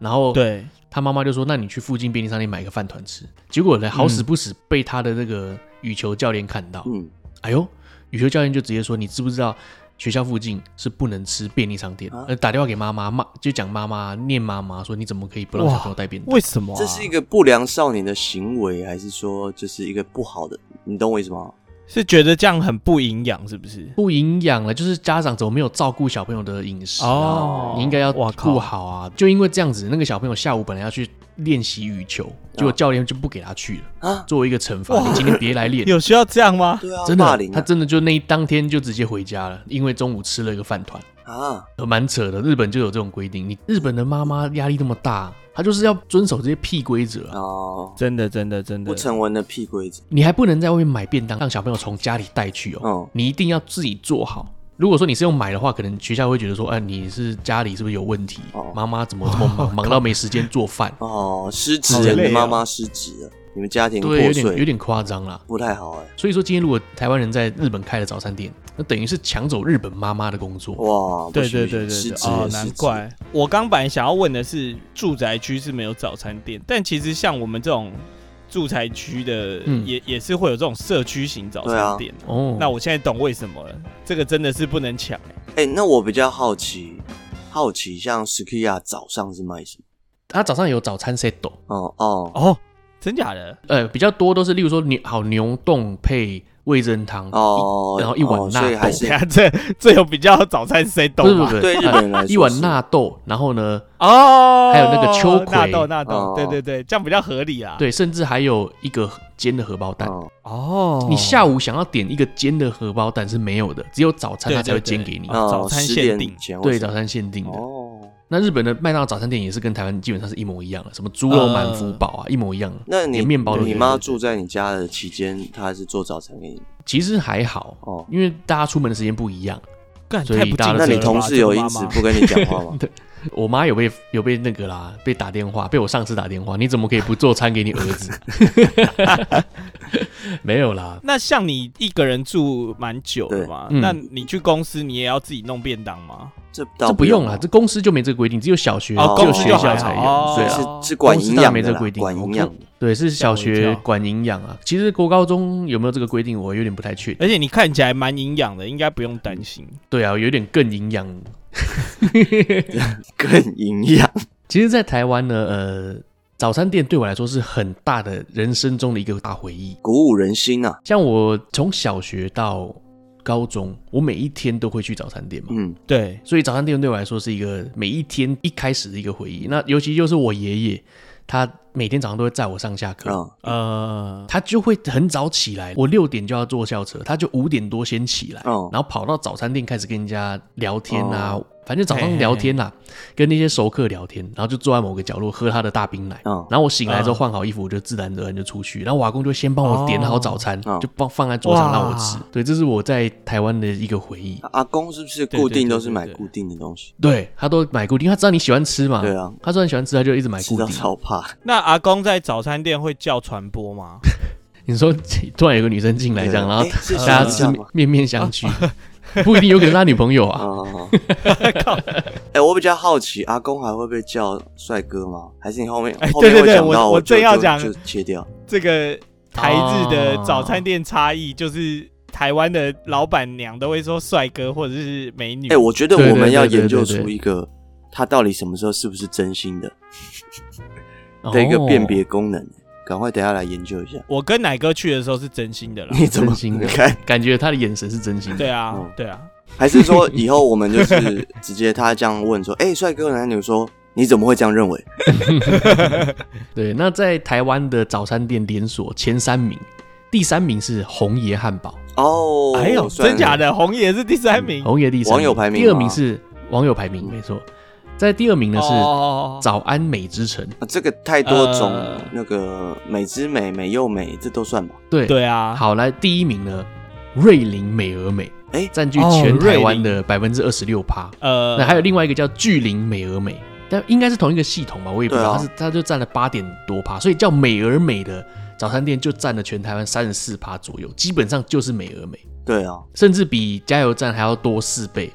Speaker 1: 然后
Speaker 3: 对，
Speaker 1: 他妈妈就说：“那你去附近便利商店买个饭团吃。”结果呢，好死不死被他的那个羽球教练看到，
Speaker 2: 嗯，
Speaker 1: 哎呦，羽球教练就直接说：“你知不知道？”学校附近是不能吃便利商店，
Speaker 2: 啊
Speaker 1: 呃，打电话给妈妈骂，就讲妈妈念妈妈说你怎么可以不让小朋友带便当？
Speaker 3: 为什么啊？
Speaker 2: 这是一个不良少年的行为，还是说就是一个不好的？你懂我意思吗？
Speaker 3: 是觉得这样很不营养，是不是？
Speaker 1: 不营养了，就是家长怎么没有照顾小朋友的饮食啊？
Speaker 3: 哦
Speaker 1: 你应该要
Speaker 3: 哇靠
Speaker 1: 顾好啊！就因为这样子，那个小朋友下午本来要去练习羽球，结果教练就不给他去了，
Speaker 2: 啊，
Speaker 1: 作为一个惩罚，你今天别来练。
Speaker 3: 有需要这样吗？
Speaker 2: 对啊，
Speaker 1: 真
Speaker 2: 霸
Speaker 1: 的
Speaker 2: 凌，啊
Speaker 1: 他真的就那一当天就直接回家了，因为中午吃了一个饭团，
Speaker 2: 啊，
Speaker 1: 呃蛮扯的。日本就有这种规定，你日本的妈妈压力那么大，她就是要遵守这些屁规则啊、
Speaker 2: 哦，
Speaker 3: 真的，真的，真的
Speaker 2: 不，成文的屁规则，
Speaker 1: 你还不能在外面买便当，让小朋友从家里带去哦。
Speaker 2: 嗯
Speaker 1: 你一定要自己做好。如果说你是用买的话，可能学校会觉得说，哎、你是家里是不是有问题
Speaker 2: 哦？
Speaker 1: 妈妈怎么这么忙，忙到没时间做饭？
Speaker 2: 哦，失
Speaker 3: 好
Speaker 2: 职了，你
Speaker 3: 累
Speaker 2: 的
Speaker 3: 哦
Speaker 2: 妈妈失职了，你们家庭破
Speaker 1: 对，有点有
Speaker 2: 碎，
Speaker 1: 点夸张啦。
Speaker 2: 不太好哎，
Speaker 1: 所以说，今天如果台湾人在日本开了早餐店，那等于是抢走日本妈妈的工作。
Speaker 2: 哇，不
Speaker 3: 对
Speaker 2: 行
Speaker 3: 对对
Speaker 2: 不
Speaker 3: 对
Speaker 2: 行失
Speaker 3: 对，
Speaker 2: 职
Speaker 3: 哦
Speaker 2: 了，
Speaker 3: 难
Speaker 2: 失职
Speaker 3: 怪。我刚本来想要问的是，住宅区是没有早餐店，但其实像我们这种住宅区的，
Speaker 1: 嗯
Speaker 3: 也也是会有这种社区型早餐店。
Speaker 1: 哦，
Speaker 3: 那我现在懂为什么了，这个真的是不能抢、欸
Speaker 2: 哎，那我比较好奇，好奇像 Skia 早上是卖什么？
Speaker 1: 他早上有早餐 set 哦
Speaker 2: 哦哦
Speaker 3: 哦，真假的？
Speaker 1: 呃，比较多都是例如说牛好牛冻配味噌汤
Speaker 2: 哦
Speaker 1: 一然后一碗
Speaker 2: 哦
Speaker 1: 纳
Speaker 2: 所以还
Speaker 1: 豆，
Speaker 2: 是
Speaker 3: 等一下这这有比较早餐谁懂
Speaker 1: 不是不
Speaker 3: 吗？
Speaker 1: 是
Speaker 2: 对日本人来说
Speaker 1: 一碗
Speaker 2: 是
Speaker 1: 纳豆，然后呢，
Speaker 3: 哦，
Speaker 1: 还有那个秋葵
Speaker 3: 纳豆纳豆，
Speaker 2: 哦
Speaker 3: 对对对，这样比较合理啦。
Speaker 1: 对，甚至还有一个煎的荷包蛋。
Speaker 2: 哦
Speaker 3: 哦，
Speaker 1: 你下午想要点一个煎的荷包蛋是没有的，只有早餐
Speaker 3: 对
Speaker 1: 它才会
Speaker 3: 对对
Speaker 1: 煎给你。
Speaker 3: 哦早
Speaker 2: 哦
Speaker 3: 餐
Speaker 2: 10
Speaker 3: 限
Speaker 2: 点
Speaker 3: 定
Speaker 2: 前
Speaker 1: 对，
Speaker 2: 或
Speaker 1: 早
Speaker 2: 者
Speaker 1: 餐限定的。
Speaker 2: 哦。
Speaker 1: 那日本的麦当劳早餐店也是跟台湾基本上是一模一样的，什么猪肉满福堡啊，一模一样。
Speaker 2: 那你
Speaker 1: 连面包都
Speaker 2: 你
Speaker 1: 有
Speaker 2: 妈住在你家的期间，她是做早餐给你
Speaker 1: 其实还好，
Speaker 2: 哦。
Speaker 1: 因为大家出门的时间不一样。
Speaker 3: 干
Speaker 1: 所以
Speaker 3: 太不
Speaker 1: 大
Speaker 3: 尽
Speaker 1: 家都
Speaker 2: 那你
Speaker 3: 责了吧
Speaker 2: 同事
Speaker 3: 这个
Speaker 2: 有因
Speaker 3: 妈
Speaker 2: 此
Speaker 3: 妈
Speaker 2: 不跟你讲 话吗？
Speaker 1: 我妈有被有被那个啦，被打电话，被我上司打电话，你怎么可以不做餐给你儿子？没有啦，
Speaker 3: 那像你一个人住蛮久的嘛，
Speaker 1: 对嗯
Speaker 3: 那你去公司你也要自己弄便当吗？
Speaker 2: 这倒
Speaker 1: 这不用
Speaker 2: 啊
Speaker 1: 啦，这公司就没这个规定，只有小学、
Speaker 3: 哦
Speaker 1: 只有
Speaker 2: 公司
Speaker 1: 学
Speaker 2: 就
Speaker 1: 校
Speaker 2: 还
Speaker 1: 才有。
Speaker 3: 好
Speaker 1: 对
Speaker 3: 哦
Speaker 1: 啊，
Speaker 2: 是是管营
Speaker 1: 公司当然
Speaker 2: 养
Speaker 1: 没这
Speaker 2: 的
Speaker 1: 个
Speaker 2: 啦
Speaker 1: 规定
Speaker 2: 管营养的。
Speaker 1: 对，是小
Speaker 3: 吓我
Speaker 1: 学
Speaker 3: 一跳
Speaker 1: 管营养啊。其实国高中有没有这个规定，我有点不太确定。
Speaker 3: 而且你看起来蛮营养的，应该不用担心。
Speaker 1: 对啊，有点更营养。
Speaker 2: 更营养。
Speaker 1: 其实，在台湾呢，呃，早餐店对我来说是很大的人生中的一个大回忆。
Speaker 2: 鼓舞人心啊！
Speaker 1: 像我从小学到高中，我每一天都会去早餐店嘛，
Speaker 2: 嗯，
Speaker 3: 对，
Speaker 1: 所以早餐店对我来说是一个每一天一开始的一个回忆。那尤其就是我爷爷，他每天早上都会载我上下课。
Speaker 2: 啊，
Speaker 3: 呃，
Speaker 1: 他就会很早起来，我六点就要坐校车，他就五点多先起来，
Speaker 2: 哦
Speaker 1: 然后跑到早餐店开始跟人家聊天啊、反正早上聊天啦，跟那些熟客聊天，然后就坐在某个角落喝他的大冰奶。
Speaker 2: 嗯
Speaker 1: 然后我醒来之后
Speaker 3: 嗯
Speaker 1: 换好衣服，我就自然而然就出去。然后我阿公就先帮我点好早餐，
Speaker 2: 哦
Speaker 1: 就帮放在桌上
Speaker 3: 哇
Speaker 1: 让我吃。对，这是我在台湾的一个回忆。
Speaker 2: 阿公是不是
Speaker 3: 对
Speaker 2: 固定
Speaker 3: 对
Speaker 2: 都
Speaker 3: 对
Speaker 2: 是
Speaker 3: 对
Speaker 2: 买
Speaker 3: 对
Speaker 2: 固定的东西？
Speaker 1: 对他都买固定，他知道你喜欢吃嘛？
Speaker 2: 对啊，
Speaker 1: 他知道你喜欢吃，他就一直买
Speaker 2: 吃
Speaker 1: 固
Speaker 2: 到
Speaker 1: 定。
Speaker 2: 超怕，
Speaker 3: 那阿公在早餐店会叫传播吗？
Speaker 1: 你说突然有个女生进来这样，
Speaker 2: 对
Speaker 1: 然
Speaker 2: 啊
Speaker 1: 后
Speaker 2: 诶是
Speaker 1: 大家
Speaker 2: 像是
Speaker 1: 是
Speaker 2: 这样吗？
Speaker 1: 面面相觑，呃啊 不一定，有可能是他女朋友啊。
Speaker 2: 哦，哎，我比较好奇，阿公还会被叫帅哥吗？还是你后面
Speaker 3: 哎
Speaker 2: 后面
Speaker 3: 对对
Speaker 2: 会
Speaker 3: 对
Speaker 2: 讲
Speaker 3: 我
Speaker 2: 到，
Speaker 3: 我
Speaker 2: 就
Speaker 3: 正要
Speaker 2: 就
Speaker 3: 讲
Speaker 2: 就切掉。
Speaker 3: 这个台日的
Speaker 1: 哦
Speaker 3: 早餐店差异就是。台湾的老板娘都会说帅哥或者是美女，
Speaker 2: 哎，我觉得
Speaker 1: 对对
Speaker 2: 我们要
Speaker 1: 对对
Speaker 2: 研究
Speaker 1: 对对
Speaker 2: 出一个他到底什么时候是不是真心的的
Speaker 3: 哦
Speaker 1: 对
Speaker 2: 一个辨别功能。赶快等一下来研究一下，
Speaker 3: 我跟奶哥去的时候是哦真心的啦。
Speaker 2: 你怎么
Speaker 1: 真心的
Speaker 2: 你 看？
Speaker 1: 感觉他的眼神是真心的。
Speaker 3: 对啊
Speaker 2: 嗯，
Speaker 3: 对啊，
Speaker 2: 还是说以后我们就是直接他这样问说：“ 哎，帅哥，男女说你怎么会这样认为
Speaker 1: 对，那在台湾的早餐店连锁前三名，第三名是红爷汉堡，？”
Speaker 2: 哦，
Speaker 3: 哎呦，
Speaker 2: 算
Speaker 3: 真假
Speaker 2: 了？
Speaker 3: 的，红爷是第三名。
Speaker 1: 红爷第三名，
Speaker 2: 嗯网友排名
Speaker 1: 第二名
Speaker 2: 吗
Speaker 1: 是网友排名，没错，在第二名呢是
Speaker 3: 哦，
Speaker 1: 早安美之城，
Speaker 2: 啊这个太多种
Speaker 3: 呃，
Speaker 2: 那个美之美、美又美，这都算吧？
Speaker 1: 对，
Speaker 3: 对啊，
Speaker 1: 好来第一名呢，瑞林美而美，
Speaker 2: 哎
Speaker 1: 占据
Speaker 3: 哦
Speaker 1: 全台
Speaker 3: 瑞
Speaker 1: 湾
Speaker 3: 林
Speaker 1: 的百分之二十六趴，
Speaker 3: 呃，
Speaker 1: 那还有另外一个叫巨灵美而美，但应该是同一个系统吧，我也不知道，
Speaker 2: 对啊
Speaker 1: 它是它就占了八点多趴，所以叫美而美的早餐店就占了全台湾三十四趴左右，基本上就是美而美，
Speaker 2: 对啊，
Speaker 1: 甚至比加油站还要多四 倍，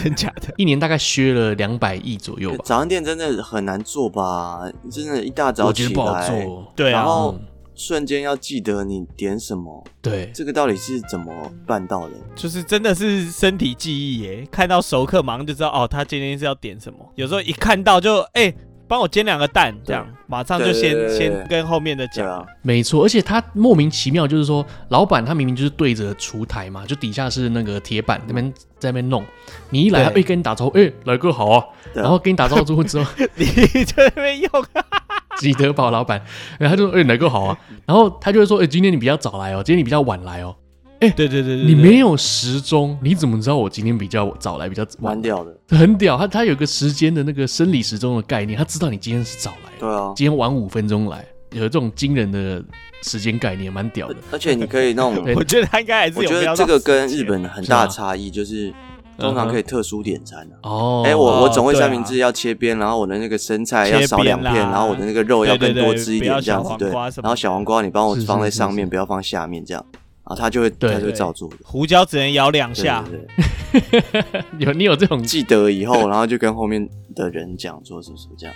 Speaker 3: 真假的，
Speaker 1: 一年大概削了两百亿左右吧，
Speaker 2: 早餐店真的很难做吧？真的，一大早
Speaker 1: 我觉
Speaker 2: 起
Speaker 1: 得不好
Speaker 2: 来，哦
Speaker 1: 做。嗯
Speaker 3: 对
Speaker 2: 然
Speaker 3: 啊，
Speaker 2: 后瞬间要记得你点什么，
Speaker 1: 对，
Speaker 2: 这个到底是怎么办到的？
Speaker 3: 就是真的是身体记忆耶，看到熟客马上就知道哦，他今天是要点什么。有时候一看到就哎，帮我煎两个蛋，这样马上就
Speaker 2: 对对
Speaker 3: 先
Speaker 2: 对对
Speaker 3: 先跟后面的
Speaker 2: 对
Speaker 3: 讲。
Speaker 2: 啊，
Speaker 1: 没错，而且他莫名其妙就是说，老板他明明就是对着厨台嘛，就底下是那个铁板那边在那边弄，你一来
Speaker 3: 对
Speaker 1: 哎、跟你打招呼，哎、来哥好啊，
Speaker 2: 对啊
Speaker 1: 然后跟你打招呼之后。
Speaker 3: 你就在那边用，啊
Speaker 1: 吉德堡老板，然后他就说：“哎、哪个好啊？”然后他就会说：“哎、今天你比较早来哦，今天你比较晚来哦。
Speaker 3: 对对对对，
Speaker 1: 你
Speaker 3: 对
Speaker 1: 没有时钟，你怎么知道我今天比较早来，比较晚
Speaker 2: 完？掉了。
Speaker 1: 很屌，他他有个时间的那个生理时钟的概念，他知道你今天是早来，
Speaker 2: 对啊，
Speaker 1: 今天晚五分钟来，有这种惊人的时间概念，蛮屌的。
Speaker 2: 而且你可以那 种，
Speaker 1: 对
Speaker 3: 我觉得他应该还是
Speaker 2: 我
Speaker 3: 有
Speaker 2: 觉得
Speaker 3: 瞄到
Speaker 2: 这个跟
Speaker 3: 时间
Speaker 2: 日本很大
Speaker 1: 是啊
Speaker 2: 的差异就是，通常可以特殊点餐啊。
Speaker 1: 哦，
Speaker 2: 哎，我我总会
Speaker 3: 对啊
Speaker 2: 三明治要切边，然后我的那个生菜
Speaker 3: 切
Speaker 2: 要
Speaker 3: 边
Speaker 2: 少两片，
Speaker 3: 啦
Speaker 2: 然后我的那个肉要
Speaker 3: 对
Speaker 2: 更
Speaker 3: 对
Speaker 2: 多
Speaker 3: 对
Speaker 2: 吃一
Speaker 3: 不要
Speaker 2: 点，这样
Speaker 3: 小
Speaker 2: 子
Speaker 3: 黄
Speaker 2: 对。
Speaker 3: 瓜什么
Speaker 2: 然后小黄瓜你帮我
Speaker 1: 是是
Speaker 2: 放在
Speaker 1: 是
Speaker 2: 上面，
Speaker 1: 是
Speaker 2: 不要放下面，这样啊，他就会
Speaker 1: 对
Speaker 2: 他就会
Speaker 3: 对
Speaker 2: 照做的。
Speaker 3: 胡椒只能咬两
Speaker 2: 对
Speaker 3: 下，
Speaker 2: 对对
Speaker 1: 有你有这种
Speaker 2: 记得以后， 然后就跟后面的人讲说是不是这样，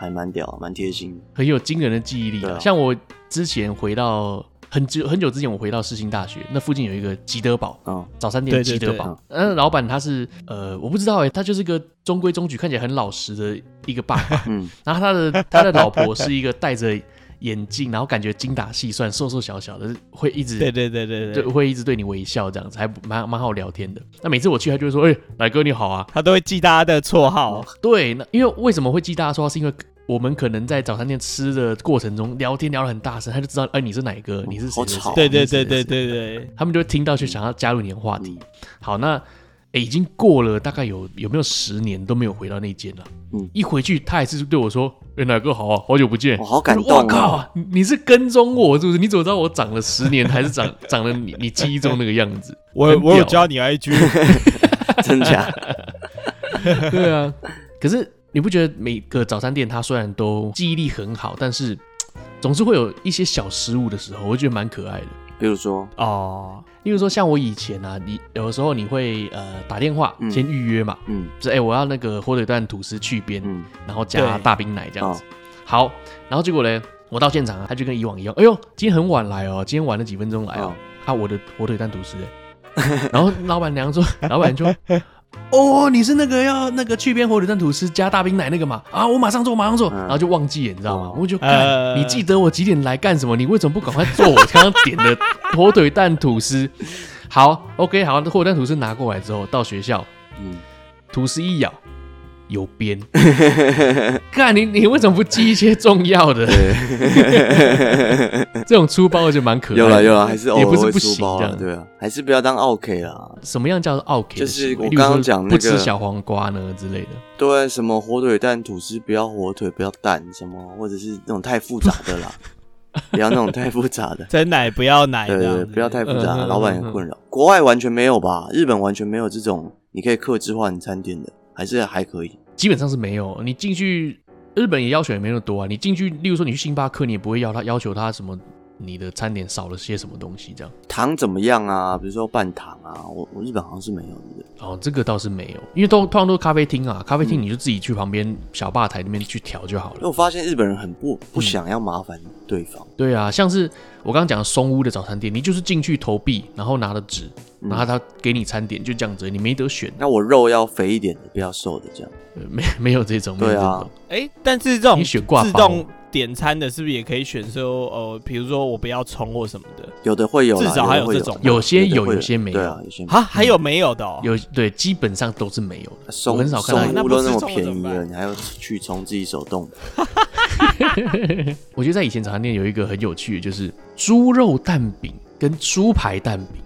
Speaker 2: 还蛮屌，蛮贴心
Speaker 1: 很有惊人的记忆力
Speaker 2: 对
Speaker 1: 的。
Speaker 2: 啊
Speaker 1: 像我之前回到很久很久之前，我回到世新大学，那附近有一个吉德堡，
Speaker 2: 啊。嗯。
Speaker 1: 早餐店
Speaker 3: 对
Speaker 1: 吉德
Speaker 3: 对对
Speaker 1: 堡，嗯，老板他是呃，我不知道哎、他就是个中规中矩，看起来很老实的一个爸爸
Speaker 2: 嗯，
Speaker 1: 然后他的他的老婆是一个戴着眼镜，然后感觉精打细算、瘦瘦小小的，会一直
Speaker 3: 对对对对对
Speaker 1: 就，会一直对你微笑，这样子还不蛮蛮好聊天的。那每次我去，他就会说：“哎、奶哥你好啊。哦
Speaker 3: 他都会记大家的绰
Speaker 2: 哦
Speaker 3: 号，”
Speaker 1: 对，那因为为什么会记大家说，是因为我们可能在早餐店吃的过程中聊天聊得很大声，他就知道哎、你是哪一个，你是谁
Speaker 2: 好
Speaker 1: 谁谁
Speaker 2: 吵哦
Speaker 3: 对
Speaker 1: 你
Speaker 3: 对
Speaker 1: 是谁
Speaker 3: 对对
Speaker 1: 谁谁
Speaker 3: 对对，
Speaker 1: 他们就会听到就想要加入你的话题。
Speaker 2: 嗯
Speaker 1: 好，那、诶已经过了大概有有没有十年都没有回到那间了。
Speaker 2: 嗯
Speaker 1: 一回去他还是对我说：“哎、哪个好啊，好久不见。
Speaker 2: 我好感
Speaker 1: 我
Speaker 2: 动
Speaker 1: 说哇
Speaker 2: 哦。
Speaker 1: 靠！你你是跟踪我是不是？你怎么知道我长了十年，还是长 长了你你记忆中那个样子？
Speaker 3: 我
Speaker 1: 很
Speaker 3: 我有
Speaker 1: 屌
Speaker 3: 教你 IG，
Speaker 2: 真假？
Speaker 1: 对啊，可是你不觉得每个早餐店它虽然都记忆力很好，但是嘖总是会有一些小失误的时候，我觉得蛮可爱的。
Speaker 2: 比如说，
Speaker 3: 哦，
Speaker 1: 例如说像我以前啊，你有的时候你会呃打电话
Speaker 2: 嗯
Speaker 1: 先预约嘛，
Speaker 2: 嗯
Speaker 1: 就是哎、欸我要那个火腿蛋吐司去边，
Speaker 2: 嗯，哦
Speaker 1: 然后加
Speaker 3: 对
Speaker 1: 大冰奶这样子。好，然后结果嘞，我到现场啊，他就跟以往一样，哎呦，今天很晚来哦，今天晚了几分钟来哦，啊，我的火腿蛋吐司嘞。然后老板娘说，老板就说，哦，你是那个要那个去边火腿蛋吐司加大冰奶那个嘛？啊，我马上做，马上做，
Speaker 2: 嗯
Speaker 1: 然后就忘记了，你知道吗
Speaker 2: 哦？
Speaker 1: 我就
Speaker 3: 呃
Speaker 1: 干，你记得我几点来干什么？你为什么不赶快做我刚刚点的火腿蛋吐司？好，OK，好，那火腿蛋吐司拿过来之后，到学校
Speaker 2: 嗯，
Speaker 1: 吐司一咬，有 编。看你你为什么不记一些重要的？这种粗包的就蛮可爱的。
Speaker 2: 有了有了，还是偶
Speaker 1: 也
Speaker 2: 尔
Speaker 1: 不是
Speaker 2: 会
Speaker 1: 不
Speaker 2: 出
Speaker 1: 行
Speaker 2: 包
Speaker 1: 这
Speaker 2: 了，
Speaker 1: 样。
Speaker 2: 对啊，还是不要当啊 OK 啦。
Speaker 1: 什么样叫做 OK？的
Speaker 2: 就是
Speaker 1: 行为
Speaker 2: 我
Speaker 1: 例如说
Speaker 2: 刚刚讲那个
Speaker 1: 不吃小黄瓜呢之类的。
Speaker 2: 对，啊什么火腿蛋吐司不要火腿，不要蛋，什么或者是那种太复杂的 啦，不要那种太复杂的。
Speaker 3: 真奶不要奶
Speaker 2: 对
Speaker 3: 这
Speaker 2: 对
Speaker 3: 样
Speaker 2: 对，
Speaker 3: 子，
Speaker 2: 不要太复杂，
Speaker 1: 嗯嗯嗯
Speaker 2: 老板也困扰。国外完全没有吧？日本完全没有这种你可以克制化你餐点的，还是还可以。
Speaker 1: 基本上是没有。你进去日本也要求也没那么多啊。你进去，例如说你去星巴克，你也不会要他要求他什么你的餐点少了些什么东西这样。
Speaker 2: 糖怎么样啊？比如说半糖啊，我我日本好像是没有的。
Speaker 1: 哦，这个倒是没有，因为都通常都是咖啡厅啊，咖啡
Speaker 2: 嗯
Speaker 1: 厅你就自己去旁边小吧台那边去调就好
Speaker 2: 因为
Speaker 1: 了。
Speaker 2: 我发现日本人很不不想要麻烦对方，
Speaker 1: 对啊，像是我刚刚讲的松屋的早餐店，你就是进去投币，然后拿了纸，
Speaker 2: 嗯
Speaker 1: 然后他给你餐点，就这样子，你没得选，
Speaker 2: 那我肉要肥一点的，不要瘦的这样。
Speaker 1: 呃没没有这种，没有这
Speaker 2: 对啊
Speaker 1: 种。
Speaker 3: 哎、但是这种
Speaker 1: 你选挂包
Speaker 3: 自动点餐的，是不是也可以选说，呃，比如说我不要葱或什么的？
Speaker 2: 有的会有啦，
Speaker 3: 至少还有
Speaker 2: 有的会
Speaker 3: 这种
Speaker 1: 有些
Speaker 2: 的
Speaker 1: 有
Speaker 2: 会
Speaker 1: 有些没有
Speaker 2: 对啊，有
Speaker 1: 嗯
Speaker 2: 些没有
Speaker 3: 啊，还有没有的、哦？
Speaker 1: 有对，基本上都是没有的。
Speaker 2: 松
Speaker 1: 我很少看到有
Speaker 2: 松屋都那么便
Speaker 3: 那不吃
Speaker 2: 宜
Speaker 3: 松了怎么
Speaker 2: 了，
Speaker 3: 办
Speaker 2: 你还要去冲自己手动？
Speaker 1: 我觉得在以前早餐店有一个很有趣的，就是猪肉蛋饼跟猪排蛋饼。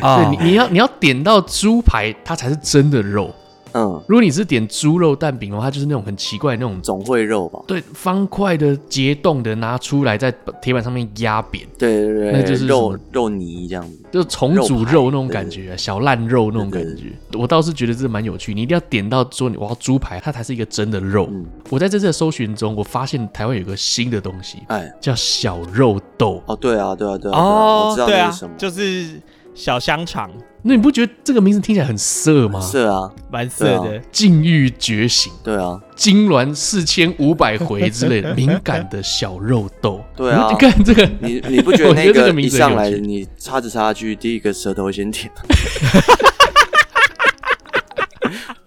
Speaker 2: 啊
Speaker 1: 对你，你要你要点到猪排，它才是真的肉。
Speaker 2: 嗯，
Speaker 1: 如果你是点猪肉蛋饼的话，它就是那种很奇怪的那种，
Speaker 2: 总会肉吧？
Speaker 1: 对，方块的结冻的拿出来，在铁板上面压扁，
Speaker 2: 对对对，
Speaker 1: 那就是
Speaker 2: 肉
Speaker 1: 什么
Speaker 2: 肉泥这样子。
Speaker 1: 就是重
Speaker 2: 肉
Speaker 1: 煮
Speaker 2: 排
Speaker 1: 肉那种感觉啊，小烂肉那种感
Speaker 2: 对
Speaker 1: 觉。我倒是觉得这蛮有趣，你一定要点到说你哇，猪排它才是一个真的肉。
Speaker 2: 嗯
Speaker 1: 我在这次的搜寻中，我发现台湾有个新的东西
Speaker 2: 哎，
Speaker 1: 叫小肉豆。
Speaker 2: 哦，对啊，对啊，对啊，对啊我
Speaker 3: 哦
Speaker 2: 知，道
Speaker 3: 对
Speaker 2: 那
Speaker 3: 啊
Speaker 2: 是什么，，
Speaker 3: 就是小香肠，
Speaker 1: 那你不觉得这个名字听起来很色吗？
Speaker 2: 是啊，
Speaker 3: 蛮色
Speaker 2: 对
Speaker 3: 的。
Speaker 1: 禁欲觉醒，
Speaker 2: 对啊，
Speaker 1: 痉挛四千五百回之 类的，敏感的小肉豆。
Speaker 2: 对啊
Speaker 1: 你看这个，
Speaker 2: 你你不觉得
Speaker 1: 我觉
Speaker 2: 那
Speaker 1: 得这个
Speaker 2: 个一
Speaker 1: 名字
Speaker 2: 上来
Speaker 1: 很有趣
Speaker 2: 你插着插下去，第一个舌头会先舔？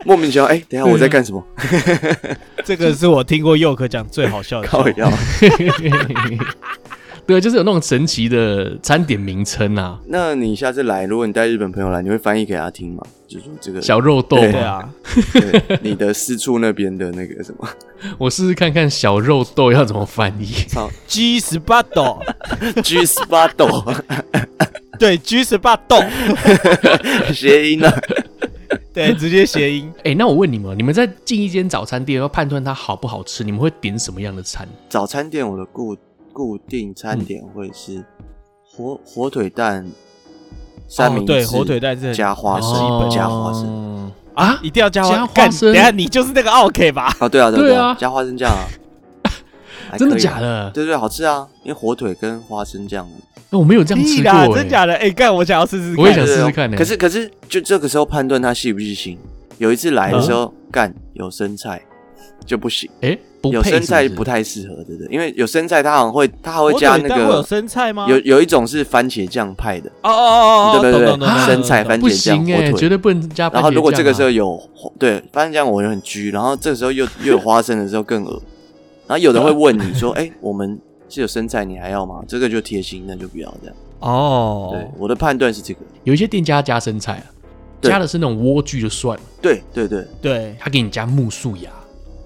Speaker 2: 莫名其妙，哎、等一下我在干 什么？
Speaker 3: 这个是我听过佑可讲最好
Speaker 1: 啊
Speaker 3: 笑的笑
Speaker 2: 靠
Speaker 3: 话。
Speaker 2: 腰。
Speaker 1: 对，就是有那种神奇的餐点名称啊，
Speaker 2: 那你下次来，如果你带日本朋友来，你会翻译给他听吗？就说这个
Speaker 1: 小肉豆
Speaker 2: 对
Speaker 3: 对
Speaker 1: 嘛。
Speaker 3: 啊，
Speaker 2: 对你的私处那边的那个什 么，
Speaker 1: 我试试看看小肉豆要怎么翻译。
Speaker 2: 操
Speaker 3: 鸡十 八豆，
Speaker 2: G spot
Speaker 3: 对，鸡十八豆，
Speaker 2: 谐音啊，
Speaker 3: 对，直接谐 音。
Speaker 1: 哎、那我问你们，你们在进一间早餐店要判断它好不好吃，你们会点什么样的餐？
Speaker 2: 早餐店我的固固定餐点会是火火腿蛋三
Speaker 3: 哦
Speaker 2: 明，治，
Speaker 3: 对，火腿蛋是很
Speaker 2: 加花生，
Speaker 1: 哦
Speaker 2: 加花生。
Speaker 1: 生啊，
Speaker 3: 一定要加花
Speaker 1: 加花
Speaker 3: 干
Speaker 1: 生
Speaker 3: 等一下你就是那个 OK 吧？
Speaker 2: 啊，对啊，
Speaker 1: 对
Speaker 2: 啊
Speaker 1: 啊，
Speaker 2: 加花生 酱啊，还
Speaker 1: 真的
Speaker 2: 可以啊
Speaker 1: 假？的？
Speaker 2: 对对，好吃啊，因为火腿跟花生酱。
Speaker 1: 那我没有这样吃
Speaker 3: 屁
Speaker 1: 过、
Speaker 3: 啦，
Speaker 1: 欸，
Speaker 3: 真假的？哎，干，我想要试试看。
Speaker 1: 我也想
Speaker 2: 对
Speaker 1: 试
Speaker 2: 对
Speaker 1: 试
Speaker 2: 对
Speaker 1: 看呢、
Speaker 2: 可是可是，就这个时候判断它细不细心。有一次来的时候，干有生菜就不行，
Speaker 1: 哎、嗯不
Speaker 2: 有
Speaker 1: 配
Speaker 2: 生菜
Speaker 1: 是不是
Speaker 2: 不太适合，对不对？因为有生菜，它好像会，它还会
Speaker 3: 火
Speaker 2: 加
Speaker 3: 腿
Speaker 2: 那
Speaker 3: 蛋会有
Speaker 2: 个
Speaker 3: 生菜吗？
Speaker 2: 有有一种是番茄酱派的，
Speaker 3: 哦哦哦哦，
Speaker 2: 对对对
Speaker 3: 懂懂懂懂
Speaker 1: 啊
Speaker 2: 生菜
Speaker 3: 懂
Speaker 2: 番
Speaker 3: 懂
Speaker 1: 不
Speaker 2: 茄
Speaker 1: 行
Speaker 2: 酱火
Speaker 1: 哎、绝
Speaker 2: 腿。
Speaker 1: 对不能加番茄酱
Speaker 2: 然
Speaker 1: 啊、
Speaker 2: 后如果这个时候有对番茄酱，我就很拘。然后这个时候又又有花生的时候更恶。然后有人会
Speaker 1: 嗯
Speaker 2: 问你说：“哎，我们是有生菜，你还要吗？”这个就贴心，那就不要这样。对
Speaker 3: 哦，，
Speaker 2: 我的判断是这个。
Speaker 1: 有一些店家加生菜啊，
Speaker 2: 对
Speaker 1: 加的是那种莴苣就算了，
Speaker 2: 对对对，
Speaker 3: 对，
Speaker 1: 他给你加木薯芽，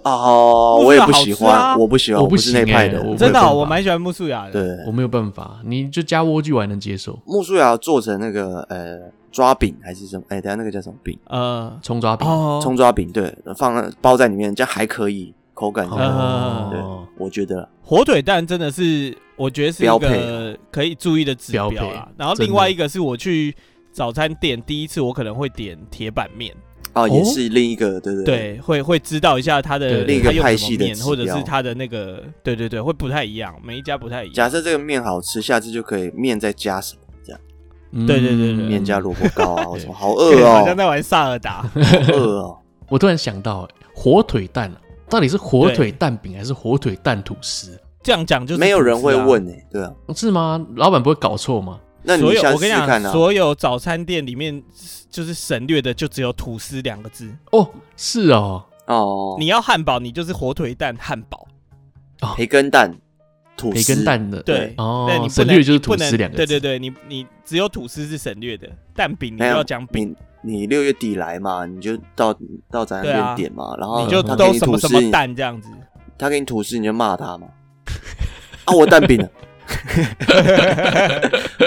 Speaker 2: 哦，我也不喜
Speaker 3: 木薯好吃啊
Speaker 2: 欢，我不喜欢，
Speaker 1: 我
Speaker 2: 我
Speaker 1: 不
Speaker 2: 不是那
Speaker 1: 行
Speaker 2: 派
Speaker 1: 欸
Speaker 2: 的
Speaker 1: 我，
Speaker 3: 真
Speaker 1: 没
Speaker 3: 的哦、
Speaker 1: 有办法
Speaker 3: 我蛮喜欢木素雅的。
Speaker 2: 对。
Speaker 1: 我没有办法，你就加莴苣我还能接受，
Speaker 2: 木薯芽做成那个呃抓饼还是什么？哎、等一下那个叫什么饼？
Speaker 3: 呃，
Speaker 1: 葱抓饼。
Speaker 3: 哦，
Speaker 2: 葱抓饼，对，放包在里面，这样还可以，口感上、
Speaker 3: 嗯
Speaker 1: 哦，
Speaker 2: 我觉得啦
Speaker 3: 火腿蛋真的是，我觉得是一
Speaker 2: 标配
Speaker 3: 个可以注意的指标
Speaker 1: 标
Speaker 3: 啦
Speaker 1: 配。
Speaker 3: 然后
Speaker 1: 真的
Speaker 3: 另外一个是我去早餐店第一次，我可能会点铁板面，
Speaker 2: 哦，也
Speaker 1: 哦
Speaker 2: 是另一个，对对
Speaker 3: 对，会会知道一下它的
Speaker 1: 对另一
Speaker 2: 个
Speaker 3: 它有什么
Speaker 2: 派系的
Speaker 3: 面，
Speaker 2: 指
Speaker 3: 或者是
Speaker 2: 标
Speaker 3: 它的那个，对对对，会不太一样，每一家不太一样。
Speaker 2: 假设这个面好吃，下次就可以面再加什么？这样
Speaker 1: 嗯
Speaker 3: 对对对对
Speaker 2: 面加萝卜糕 啊，或什么？好饿
Speaker 3: 对，好像
Speaker 2: 哦，
Speaker 3: 在玩萨尔达，
Speaker 2: 好饿哦。
Speaker 1: 我突然想到、欸，火腿蛋、啊、到底是火腿蛋饼还是火腿蛋吐司？
Speaker 3: 这样讲就是
Speaker 2: 没有
Speaker 3: 吐司
Speaker 2: 人会
Speaker 3: 啊。
Speaker 2: 问诶、对啊。
Speaker 1: 是吗？老板不会搞错吗？
Speaker 2: 那你
Speaker 3: 所有
Speaker 2: 下
Speaker 3: 我
Speaker 2: 次
Speaker 3: 跟
Speaker 2: 试
Speaker 3: 你
Speaker 2: 试看
Speaker 3: 讲，
Speaker 2: 啊。
Speaker 3: 所有早餐店里面就是省略的就只有吐司两个字。
Speaker 1: 哦，是哦，
Speaker 2: 哦，
Speaker 3: 你要汉堡，你就是火腿蛋汉堡。
Speaker 2: 培根蛋吐司，
Speaker 1: 培根蛋的，
Speaker 3: 对，
Speaker 1: 哦
Speaker 3: 但你不能
Speaker 1: 省略就是
Speaker 3: 你不能
Speaker 1: 吐司两个字
Speaker 3: 对对对，你你只有吐司是省略的，蛋饼你就
Speaker 2: 没有
Speaker 3: 要讲饼，
Speaker 2: 你你六月底来嘛，你就到到展览
Speaker 3: 对啊
Speaker 2: 店点嘛，然后
Speaker 3: 你就
Speaker 2: 哦他
Speaker 3: 都
Speaker 2: 给你
Speaker 3: 什
Speaker 2: 吐
Speaker 3: 么
Speaker 2: 司
Speaker 3: 什，么蛋这样子，
Speaker 2: 他给你吐司，你就骂他嘛。 啊，我蛋饼 呢？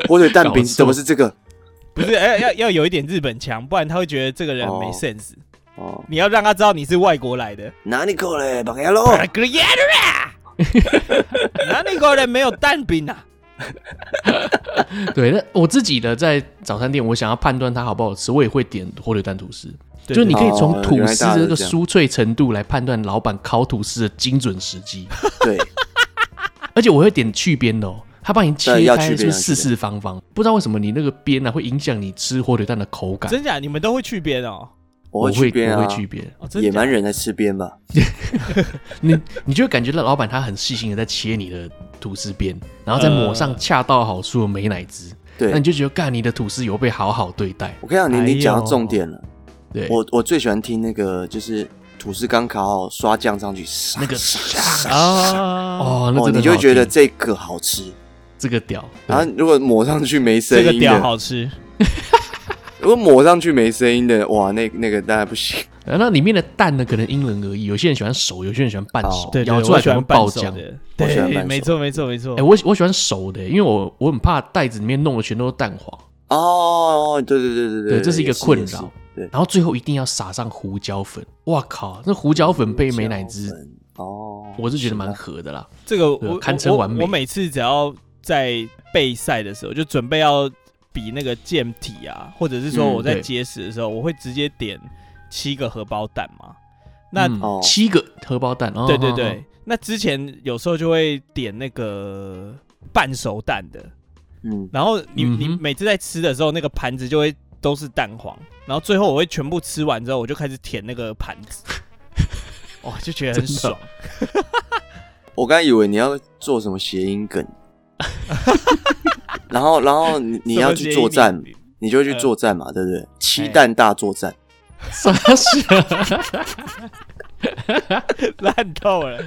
Speaker 2: 我的蛋
Speaker 1: 搞
Speaker 2: 饼
Speaker 1: 错
Speaker 2: 怎么是这个？
Speaker 3: 不是， 哎、要要有一点日本腔，不然他会觉得这个人没
Speaker 2: 哦
Speaker 3: sense。
Speaker 2: 哦，
Speaker 3: 你要让他知道你是外国来 的。
Speaker 2: 哪里够嘞？绑牙 喽！
Speaker 3: 哪个人啊？哪里个人没有蛋饼啊？
Speaker 1: 对，那我自己的在早餐店，我想要判断它好不好吃，我也会点火腿蛋吐司。
Speaker 3: 对
Speaker 1: 就你
Speaker 3: 对
Speaker 1: 可以从
Speaker 2: 哦
Speaker 1: 吐
Speaker 2: 原来
Speaker 1: 司
Speaker 2: 大家
Speaker 1: 的
Speaker 2: 是
Speaker 1: 那个
Speaker 2: 这样
Speaker 1: 酥脆程度来判断老板烤吐司的精准时 机，
Speaker 2: 对，
Speaker 1: 而且我会点去边的哦，他帮你
Speaker 2: 对
Speaker 1: 切
Speaker 2: 要
Speaker 1: 开
Speaker 2: 去边
Speaker 1: 就是
Speaker 2: 要
Speaker 1: 四
Speaker 2: 去边
Speaker 1: 四方方，不知道为什么你那个边啊呢、会影响你吃火腿蛋的口感。
Speaker 3: 真假你们都会去边哦。
Speaker 2: 我会
Speaker 1: 我会
Speaker 2: 去边
Speaker 1: 我
Speaker 2: 啊
Speaker 1: 会，去边，
Speaker 3: 哦，真假
Speaker 2: 野蛮人在吃边吧？
Speaker 1: 你你就会感觉到老板他很细心的在切你的吐司边，然后再抹上恰到好处的美乃滋，
Speaker 2: 对
Speaker 1: 那你，就觉得干你的吐司有被好好对待。
Speaker 2: 我跟你讲，
Speaker 3: 哎
Speaker 2: 你
Speaker 3: 呦
Speaker 2: 你讲到重点了。
Speaker 1: 对，
Speaker 2: 我我最喜欢听那个就是吐司刚烤好刷酱上去，
Speaker 1: 那个
Speaker 3: 啊，
Speaker 1: 哦，那
Speaker 2: 哦，
Speaker 1: 真的
Speaker 2: 你就
Speaker 1: 很
Speaker 2: 会
Speaker 1: 好
Speaker 2: 觉得啊
Speaker 1: 听
Speaker 2: 这个好吃。
Speaker 1: 这个屌，
Speaker 2: 然后如果抹上去没声
Speaker 3: 这个
Speaker 2: 音
Speaker 3: 屌
Speaker 2: 的，
Speaker 3: 好吃。
Speaker 2: 如果抹上去没声音的，哇，那那个当然 不行。
Speaker 1: 呃，那里面的蛋呢，可能因人而异，有些人喜欢熟，有些人喜欢半熟
Speaker 2: 哦，
Speaker 3: 对，对
Speaker 1: 咬出来
Speaker 3: 我喜
Speaker 1: 可
Speaker 3: 欢
Speaker 1: 能爆
Speaker 3: 半熟
Speaker 1: 浆。
Speaker 3: 的。
Speaker 2: 我喜欢
Speaker 3: 对，
Speaker 2: 半
Speaker 3: 没
Speaker 2: 熟
Speaker 3: 错，没错，没错
Speaker 1: 哎、。我喜我喜欢熟的、因为我我很怕袋子里面弄的全都是蛋黄，
Speaker 2: 哦，对对对对
Speaker 1: 对，这是一个困。
Speaker 2: 也是也
Speaker 1: 扰
Speaker 2: 是。对
Speaker 1: 然后最后一定要撒上胡椒粉，哇靠，那胡椒粉配美乃
Speaker 2: 胡
Speaker 1: 滋
Speaker 2: 椒，粉哦，
Speaker 1: 我是觉得蛮合的啦。
Speaker 3: 这个
Speaker 1: 对
Speaker 3: 我
Speaker 1: 呃堪称
Speaker 3: 我
Speaker 1: 完美
Speaker 3: 我每次只要在备赛的时候，就准备要比那个健体啊，或者是说
Speaker 2: 嗯
Speaker 3: 我在
Speaker 1: 对
Speaker 3: 结实的时候，我会直接点七个荷包蛋嘛。那、
Speaker 1: 嗯
Speaker 2: 哦
Speaker 1: 七个荷包蛋，哦、
Speaker 3: 对对
Speaker 1: 哦
Speaker 3: 对，，那之前有时候就会点那个半熟蛋的，
Speaker 2: 嗯，
Speaker 3: 然后你、
Speaker 1: 嗯哼
Speaker 3: 你每次在吃的时候，那个盘子就会都是蛋黄，然后最后我会全部吃完之后，我就开始舔那个盘子， 哦，就觉得很
Speaker 1: 真的
Speaker 3: 爽。
Speaker 2: 我刚才以为你要做什么谐 音梗，然后然后你你要去作战，你就会去作战嘛，对不对？七蛋大作战，
Speaker 1: 傻笑。
Speaker 3: 烂透了。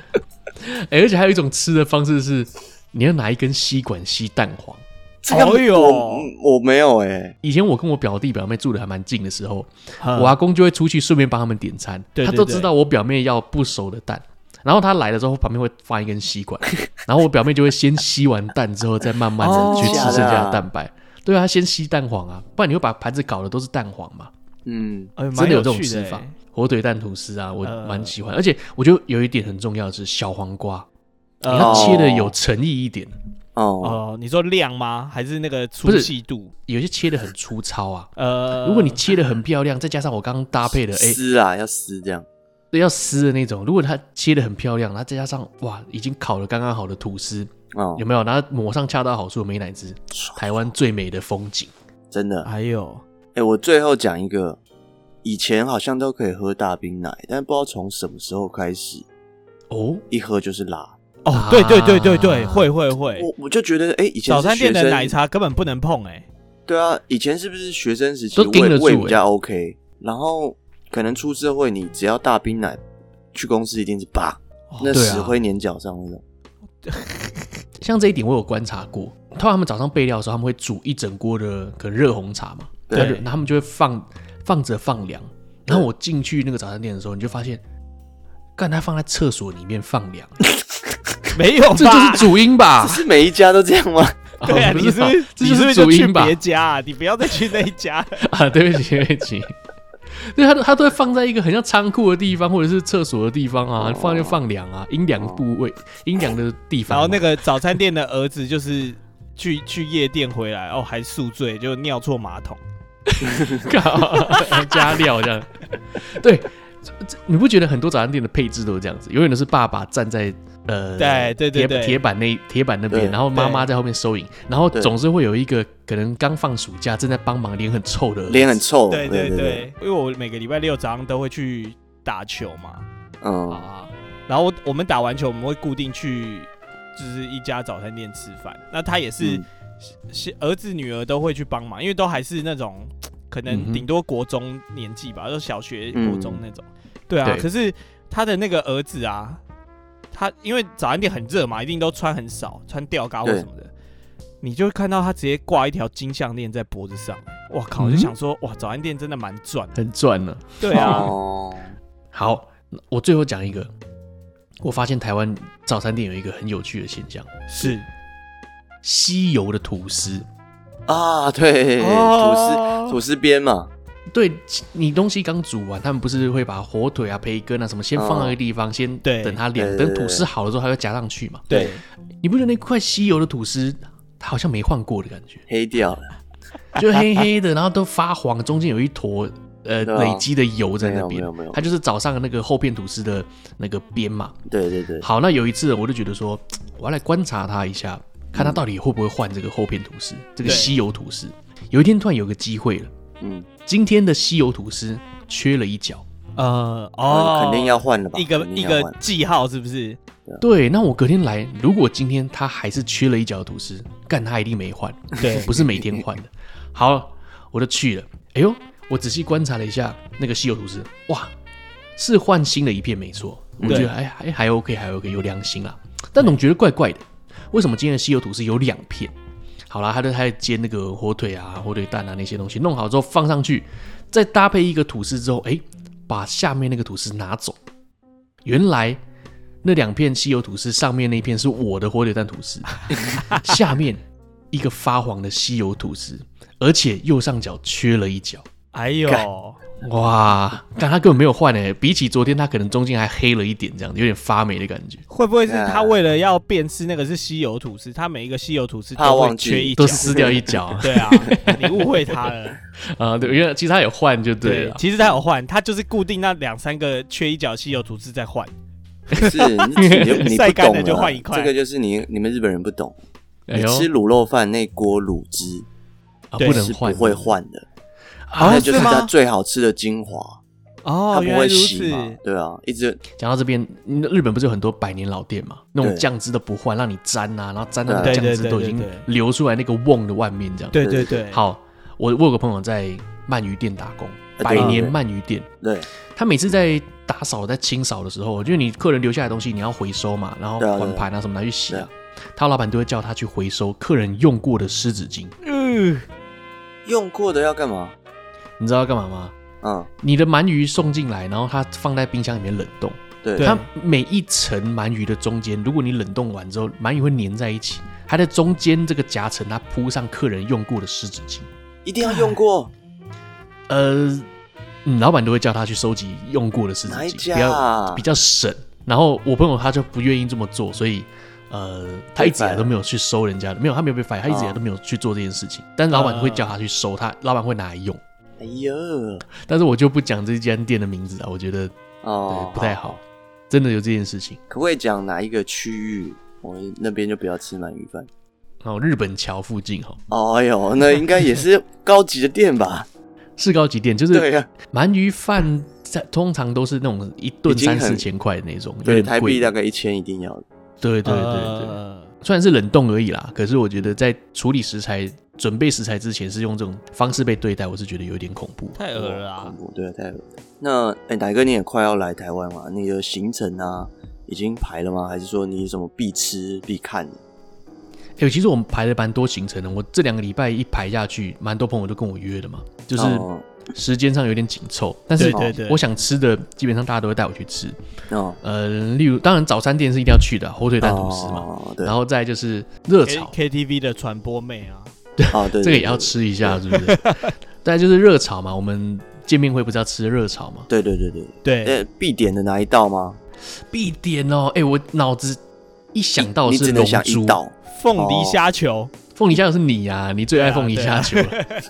Speaker 1: 哎、而且还有一种吃的方式是，你要拿一根吸管吸蛋黄。
Speaker 2: 这个
Speaker 3: 哎呦
Speaker 2: 我我没有哎，
Speaker 1: 以前我跟我表弟表妹住的还蛮近的时候，
Speaker 3: 嗯
Speaker 1: 我阿公就会出去顺便帮他们点餐，
Speaker 3: 对对
Speaker 1: 他都知道我表妹要不熟的蛋，然后他来的时候旁边会放一根吸 管，然后我表妹就会先吸完蛋之后再慢慢
Speaker 3: 哦
Speaker 1: 的去吃
Speaker 2: 假的啊
Speaker 1: 剩下的蛋白。对啊，她先吸蛋黄啊，不然你会把盘子搞的都是蛋黄嘛。
Speaker 2: 嗯，
Speaker 3: 哎，
Speaker 1: 真
Speaker 3: 蛮
Speaker 1: 的
Speaker 3: 有
Speaker 1: 这种
Speaker 3: 趣
Speaker 1: 吃
Speaker 3: 的
Speaker 1: 法
Speaker 3: 欸，
Speaker 1: 火腿蛋吐司啊，我
Speaker 3: 呃
Speaker 1: 蛮喜欢。而且我觉得有一点很重要的是小黄瓜，你
Speaker 3: 呃
Speaker 1: 要切的有诚意一点，
Speaker 2: 哦，
Speaker 3: 哦，你说量吗？还是那个粗
Speaker 1: 不是
Speaker 3: 细度？
Speaker 1: 有些切的很粗糙啊。
Speaker 3: 呃，
Speaker 1: 如果你切的很漂亮，再加上我刚刚搭配的，哎、
Speaker 2: 撕啊，要撕这样，
Speaker 1: 对，要撕的那种。如果它切的很漂亮，然后再加上哇，已经烤的刚刚好的吐司，
Speaker 2: 哦
Speaker 1: 有，没有？然后抹上恰到好处的美乃滋，台湾最美的风景。
Speaker 2: 真的。
Speaker 3: 还有
Speaker 2: 哎，我最后讲一个，以前好像都可以喝大冰奶，但不知道从什么时候开始，
Speaker 1: 哦，
Speaker 2: 一喝就是辣。
Speaker 1: 啊
Speaker 3: 哦，对对对对对，会会会，
Speaker 2: 我我就觉得，哎，啊以前
Speaker 3: 早
Speaker 2: 是
Speaker 3: 餐店
Speaker 2: 学
Speaker 3: 的
Speaker 2: 生
Speaker 3: 奶，茶根本不能碰哎，
Speaker 2: 对啊，以前是不是学生时期
Speaker 1: 都盯
Speaker 2: 胃
Speaker 1: 得住
Speaker 2: 胃
Speaker 1: 哎
Speaker 2: 比较 OK，然后可能出社会，你只要大冰奶，去公司一定是吧，
Speaker 3: 哦
Speaker 2: 那
Speaker 1: 对
Speaker 2: 屎
Speaker 1: 啊
Speaker 2: 会粘脚上那种。
Speaker 1: 像这一点我有观察过，通常他们早上备料的时候，他们会煮一整锅的可能热红茶嘛，
Speaker 2: 对
Speaker 1: 那热那他们就会放放着放凉。然后我进去那个早餐店的时候，你就发现，干他放在厕所里面放凉，
Speaker 3: 没有
Speaker 1: 这就
Speaker 3: 吧
Speaker 1: 是？主因吧？
Speaker 2: 是每一家都这样吗？
Speaker 3: 对啊，
Speaker 1: 哦不
Speaker 3: 你是
Speaker 1: 吧
Speaker 3: 不是
Speaker 1: 这
Speaker 3: 你
Speaker 1: 就是
Speaker 3: 不
Speaker 1: 是
Speaker 3: 是就
Speaker 1: 主
Speaker 3: 去
Speaker 1: 因吧？
Speaker 3: 别家啊？你不要再去那一家了。
Speaker 1: 啊，对不起，对不起。 对，它都它都会放在一个很像仓库的地方，或者是厕所的地方
Speaker 3: 哦
Speaker 1: 啊，放就放凉啊，阴凉部位、阴凉的地方啊嘛。
Speaker 3: 然后那个早餐店的儿子就是去 去夜店回来，哦，还宿醉，就尿错马桶。
Speaker 1: 靠 加料这样，对，这这你不觉得很多早餐店的配置都是这样子？永远都是爸爸站在呃，
Speaker 3: 对对对
Speaker 1: 铁
Speaker 3: 对
Speaker 1: 铁板那铁板那边，
Speaker 2: 对
Speaker 1: 然后妈妈在后面收银，然后
Speaker 2: 对
Speaker 1: 总是会有一个可能刚放暑假正在帮忙，脸很臭的儿子，
Speaker 2: 脸很臭。
Speaker 3: 对
Speaker 2: 对
Speaker 3: 哦对对，因为我每个礼拜六早上都会去打球嘛，
Speaker 2: 嗯，
Speaker 1: 啊，
Speaker 3: 然后我我们打完球，我们会固定去就是一家早餐店吃饭。那他也是、
Speaker 2: 嗯
Speaker 3: 是儿子女儿都会去帮忙，因为都还是那种可
Speaker 1: 嗯哼
Speaker 3: 能顶多国中年纪吧，就小学、
Speaker 2: 嗯
Speaker 3: 国中那种。对啊，
Speaker 1: 对
Speaker 3: 可是他的那个儿子啊，他因为早餐店很热嘛，一定都穿很少，穿吊嘎或
Speaker 2: 对
Speaker 3: 什么的，你就会看到他直接挂一条金项链在脖子上。我
Speaker 2: 嗯
Speaker 3: 靠，我就想说，哇，早餐店真的蛮赚的。
Speaker 1: 很赚呢、
Speaker 3: 对啊，
Speaker 2: 哦，
Speaker 1: 好，我最后讲一个，我发现台湾早餐店有一个很有趣的现象，
Speaker 3: 是
Speaker 1: 吸油的吐司。
Speaker 2: 啊，对，
Speaker 3: 哦
Speaker 2: 吐司吐司边嘛，
Speaker 1: 对你东西刚煮完，他们不是会把火腿啊、培根啊什么先放到一个地方，先
Speaker 3: 对
Speaker 1: 等它凉，
Speaker 2: 哦对对
Speaker 1: 等
Speaker 2: 对
Speaker 1: 吐司好了之后还要夹上去嘛。
Speaker 3: 对，
Speaker 1: 你不觉得那块吸油的吐司它好像没换过的感觉，
Speaker 2: 黑掉了，
Speaker 1: 就黑黑的，然后都发黄，中间有一坨呃、
Speaker 2: 对啊
Speaker 1: 累积的油在那
Speaker 2: 没
Speaker 1: 边
Speaker 2: 有没有没有，
Speaker 1: 它就是早上的那个厚片吐司的那个边嘛。
Speaker 2: 对对对，
Speaker 1: 好，那有一次我就觉得说，我要来观察它一下，看它到底会不会换这个厚片吐司，这个
Speaker 3: 对
Speaker 1: 吸油吐司。有一天突然有个机会了，
Speaker 2: 嗯，
Speaker 1: 今天的吸油吐司缺了一角。
Speaker 3: 呃，
Speaker 2: 那
Speaker 3: 哦，
Speaker 2: 肯定要换了吧，
Speaker 3: 一个
Speaker 2: 肯
Speaker 3: 一
Speaker 2: 定要换
Speaker 3: 个记号，是不是？
Speaker 1: 对，那我隔天来，如果今天他还是缺了一角的吐司，干他一定没换，
Speaker 3: 对
Speaker 1: 不是每天换的。好，我就去了。哎呦，我仔细观察了一下那个稀有吐司，哇，是换新的一片没错，我觉
Speaker 3: 对
Speaker 1: 得还还还 OK，还 OK，有良心啦。但总觉得怪怪的，为什么今天的稀有吐司有两片？好啦，他就开始煎那个火腿啊、火腿蛋啊那些东西，弄好之后放上去，再搭配一个吐司之后，哎、把下面那个吐司拿走。原来那两片稀有吐司上面那片是我的火腿蛋吐司，下面一个发黄的稀有吐司，而且右上角缺了一角。
Speaker 3: 哎呦，
Speaker 2: 干
Speaker 1: 哇，但他根本没有换诶、比起昨天他可能中间还黑了一点，这样有点发霉的感觉，
Speaker 3: 会不会是他
Speaker 2: 呃
Speaker 3: 为了要辨识那个是稀有吐司，他每一个稀有吐司
Speaker 2: 怕
Speaker 3: 都会
Speaker 2: 忘记
Speaker 3: 缺一角
Speaker 1: 都？撕掉一角 啊、
Speaker 3: 对啊，你误会他了。
Speaker 1: 对，因为其实他有换就对了。
Speaker 3: 其实他有换，他就是固定那两三个缺一角稀有吐司再换。
Speaker 2: 是， 你你就你
Speaker 3: 晒
Speaker 2: 不
Speaker 3: 干
Speaker 2: 懂
Speaker 3: 的
Speaker 2: 了，
Speaker 3: 就换一块
Speaker 2: 这个就是你你们日本人不懂，
Speaker 1: 哎
Speaker 2: 你
Speaker 1: 呦，
Speaker 2: 吃卤肉饭那锅卤汁
Speaker 1: 啊
Speaker 3: 对
Speaker 1: 不
Speaker 2: 是
Speaker 1: 能
Speaker 2: 不
Speaker 1: 换，啊
Speaker 2: 会换的，
Speaker 3: 哦
Speaker 2: 那就是
Speaker 3: 是吗
Speaker 2: 它最好吃的精华，它
Speaker 3: 哦，
Speaker 2: 不
Speaker 3: 原来
Speaker 2: 会
Speaker 3: 如
Speaker 2: 洗嘛
Speaker 3: 此，，
Speaker 2: 对啊，一直
Speaker 1: 讲到这边，嗯日本不是有很多百年老店嘛？那种
Speaker 2: 对
Speaker 1: 酱汁都不换，让你沾啊，然后沾到那个
Speaker 2: 对
Speaker 1: 酱汁
Speaker 3: 对对
Speaker 1: 都已
Speaker 3: 对
Speaker 1: 经
Speaker 3: 对
Speaker 1: 流出来那个瓮的外面这样。
Speaker 3: 对对对，，
Speaker 1: 好，我我有个朋友在鳗鱼店打工，
Speaker 2: 对
Speaker 1: 百年
Speaker 2: 对
Speaker 1: 鳗鱼店，
Speaker 2: 对
Speaker 1: 他每次在打扫、在清扫的时候，就是你客人留下来的东西，你要回收嘛，然后
Speaker 2: 对啊对啊
Speaker 1: 碗盘啊什么拿去洗
Speaker 2: 对
Speaker 1: 啊
Speaker 2: 啊，
Speaker 1: 他老板都会叫他去回收客人用过的湿纸巾，
Speaker 3: 嗯，
Speaker 2: 用过的要干嘛？
Speaker 1: 你知道要干嘛吗？
Speaker 2: 嗯，
Speaker 1: 你的鳗鱼送进来，然后它放在冰箱里面冷冻，
Speaker 2: 对
Speaker 3: 对
Speaker 1: 它每一层鳗鱼的中间，如果你冷冻完之后，鳗鱼会粘在一起，它在中间这个夹层，它铺上客人用过的湿纸巾。
Speaker 2: 一定要用过，
Speaker 1: 呃，嗯，老板都会叫他去收集用过的
Speaker 3: 哎
Speaker 1: 湿纸
Speaker 2: 哪一
Speaker 1: 巾，
Speaker 2: 家
Speaker 1: 比较
Speaker 2: 啊
Speaker 1: 比较省。然后我朋友他就不愿意这么做，所以呃，他一直以来
Speaker 2: 被 fire
Speaker 1: 都没有去收人家的，没有，他没有被 fire，他一直以来都没有去做这件事情。但是老板会叫他去收，他老板会拿来用。
Speaker 2: 哎呦，
Speaker 1: 但是我就不讲这间店的名字啊，我觉得
Speaker 2: 哦
Speaker 1: 对，不太好，真的有这件事情。
Speaker 2: 可不可以讲哪一个区域？我们那边就不要吃鳗鱼饭。
Speaker 1: 然哦后日本桥附近哈
Speaker 2: 哦，哎呦，那应该也是高级的店吧？
Speaker 1: 是高级店， 就是
Speaker 2: 对啊呀、
Speaker 1: 鳗鱼饭在通常都是那种一顿
Speaker 2: 已经
Speaker 1: 三
Speaker 2: 很
Speaker 1: 四千块的那种，有
Speaker 2: 对，
Speaker 1: 点
Speaker 2: 台
Speaker 1: 贵
Speaker 2: 币大概一千一定要的。哦
Speaker 1: 对对对对。
Speaker 3: 呃
Speaker 1: 虽然是冷冻而已啦，可是我觉得在处理食材、准备食材之前是用这种方式被对待，我是觉得有点恐怖。
Speaker 3: 太恶了啊
Speaker 2: 恐！怖，对，太恶了。那哎、大哥，你也快要来台湾嘛？你的行程啊，已经排了吗？还是说你有什么必吃必看的？
Speaker 1: 哎、其实我们排了蛮多行程的，我这两个礼拜一排下去，蛮多朋友都跟我约的嘛，就是
Speaker 2: 哦
Speaker 1: 时间上有点紧凑，但是
Speaker 3: 对对对
Speaker 1: 我想吃的基本上大家都会带我去吃。
Speaker 2: 哦，
Speaker 1: 呃，例如当然早餐店是一定要去的，火腿蛋吐司嘛，
Speaker 2: 哦，对，
Speaker 1: 然后再就是热炒，
Speaker 3: K T V 的传播妹啊，
Speaker 2: 哦，对，
Speaker 1: 这个也
Speaker 2: 对
Speaker 1: 要，吃一下，是不是？ 再就是热炒嘛，我们见面会不是要吃热炒嘛？
Speaker 2: 对对对对
Speaker 1: 哎
Speaker 2: 对，
Speaker 3: 对，
Speaker 2: 呃，必点的哪一道吗？
Speaker 1: 必点哦！哎、我脑子一想到
Speaker 2: 你
Speaker 1: 是
Speaker 2: 只
Speaker 1: 龙
Speaker 2: 能想
Speaker 1: 珠
Speaker 2: 一，道。
Speaker 3: 凤梨虾球，
Speaker 1: 凤梨虾球是你呀、你最爱凤梨虾球
Speaker 3: 啊
Speaker 1: 了。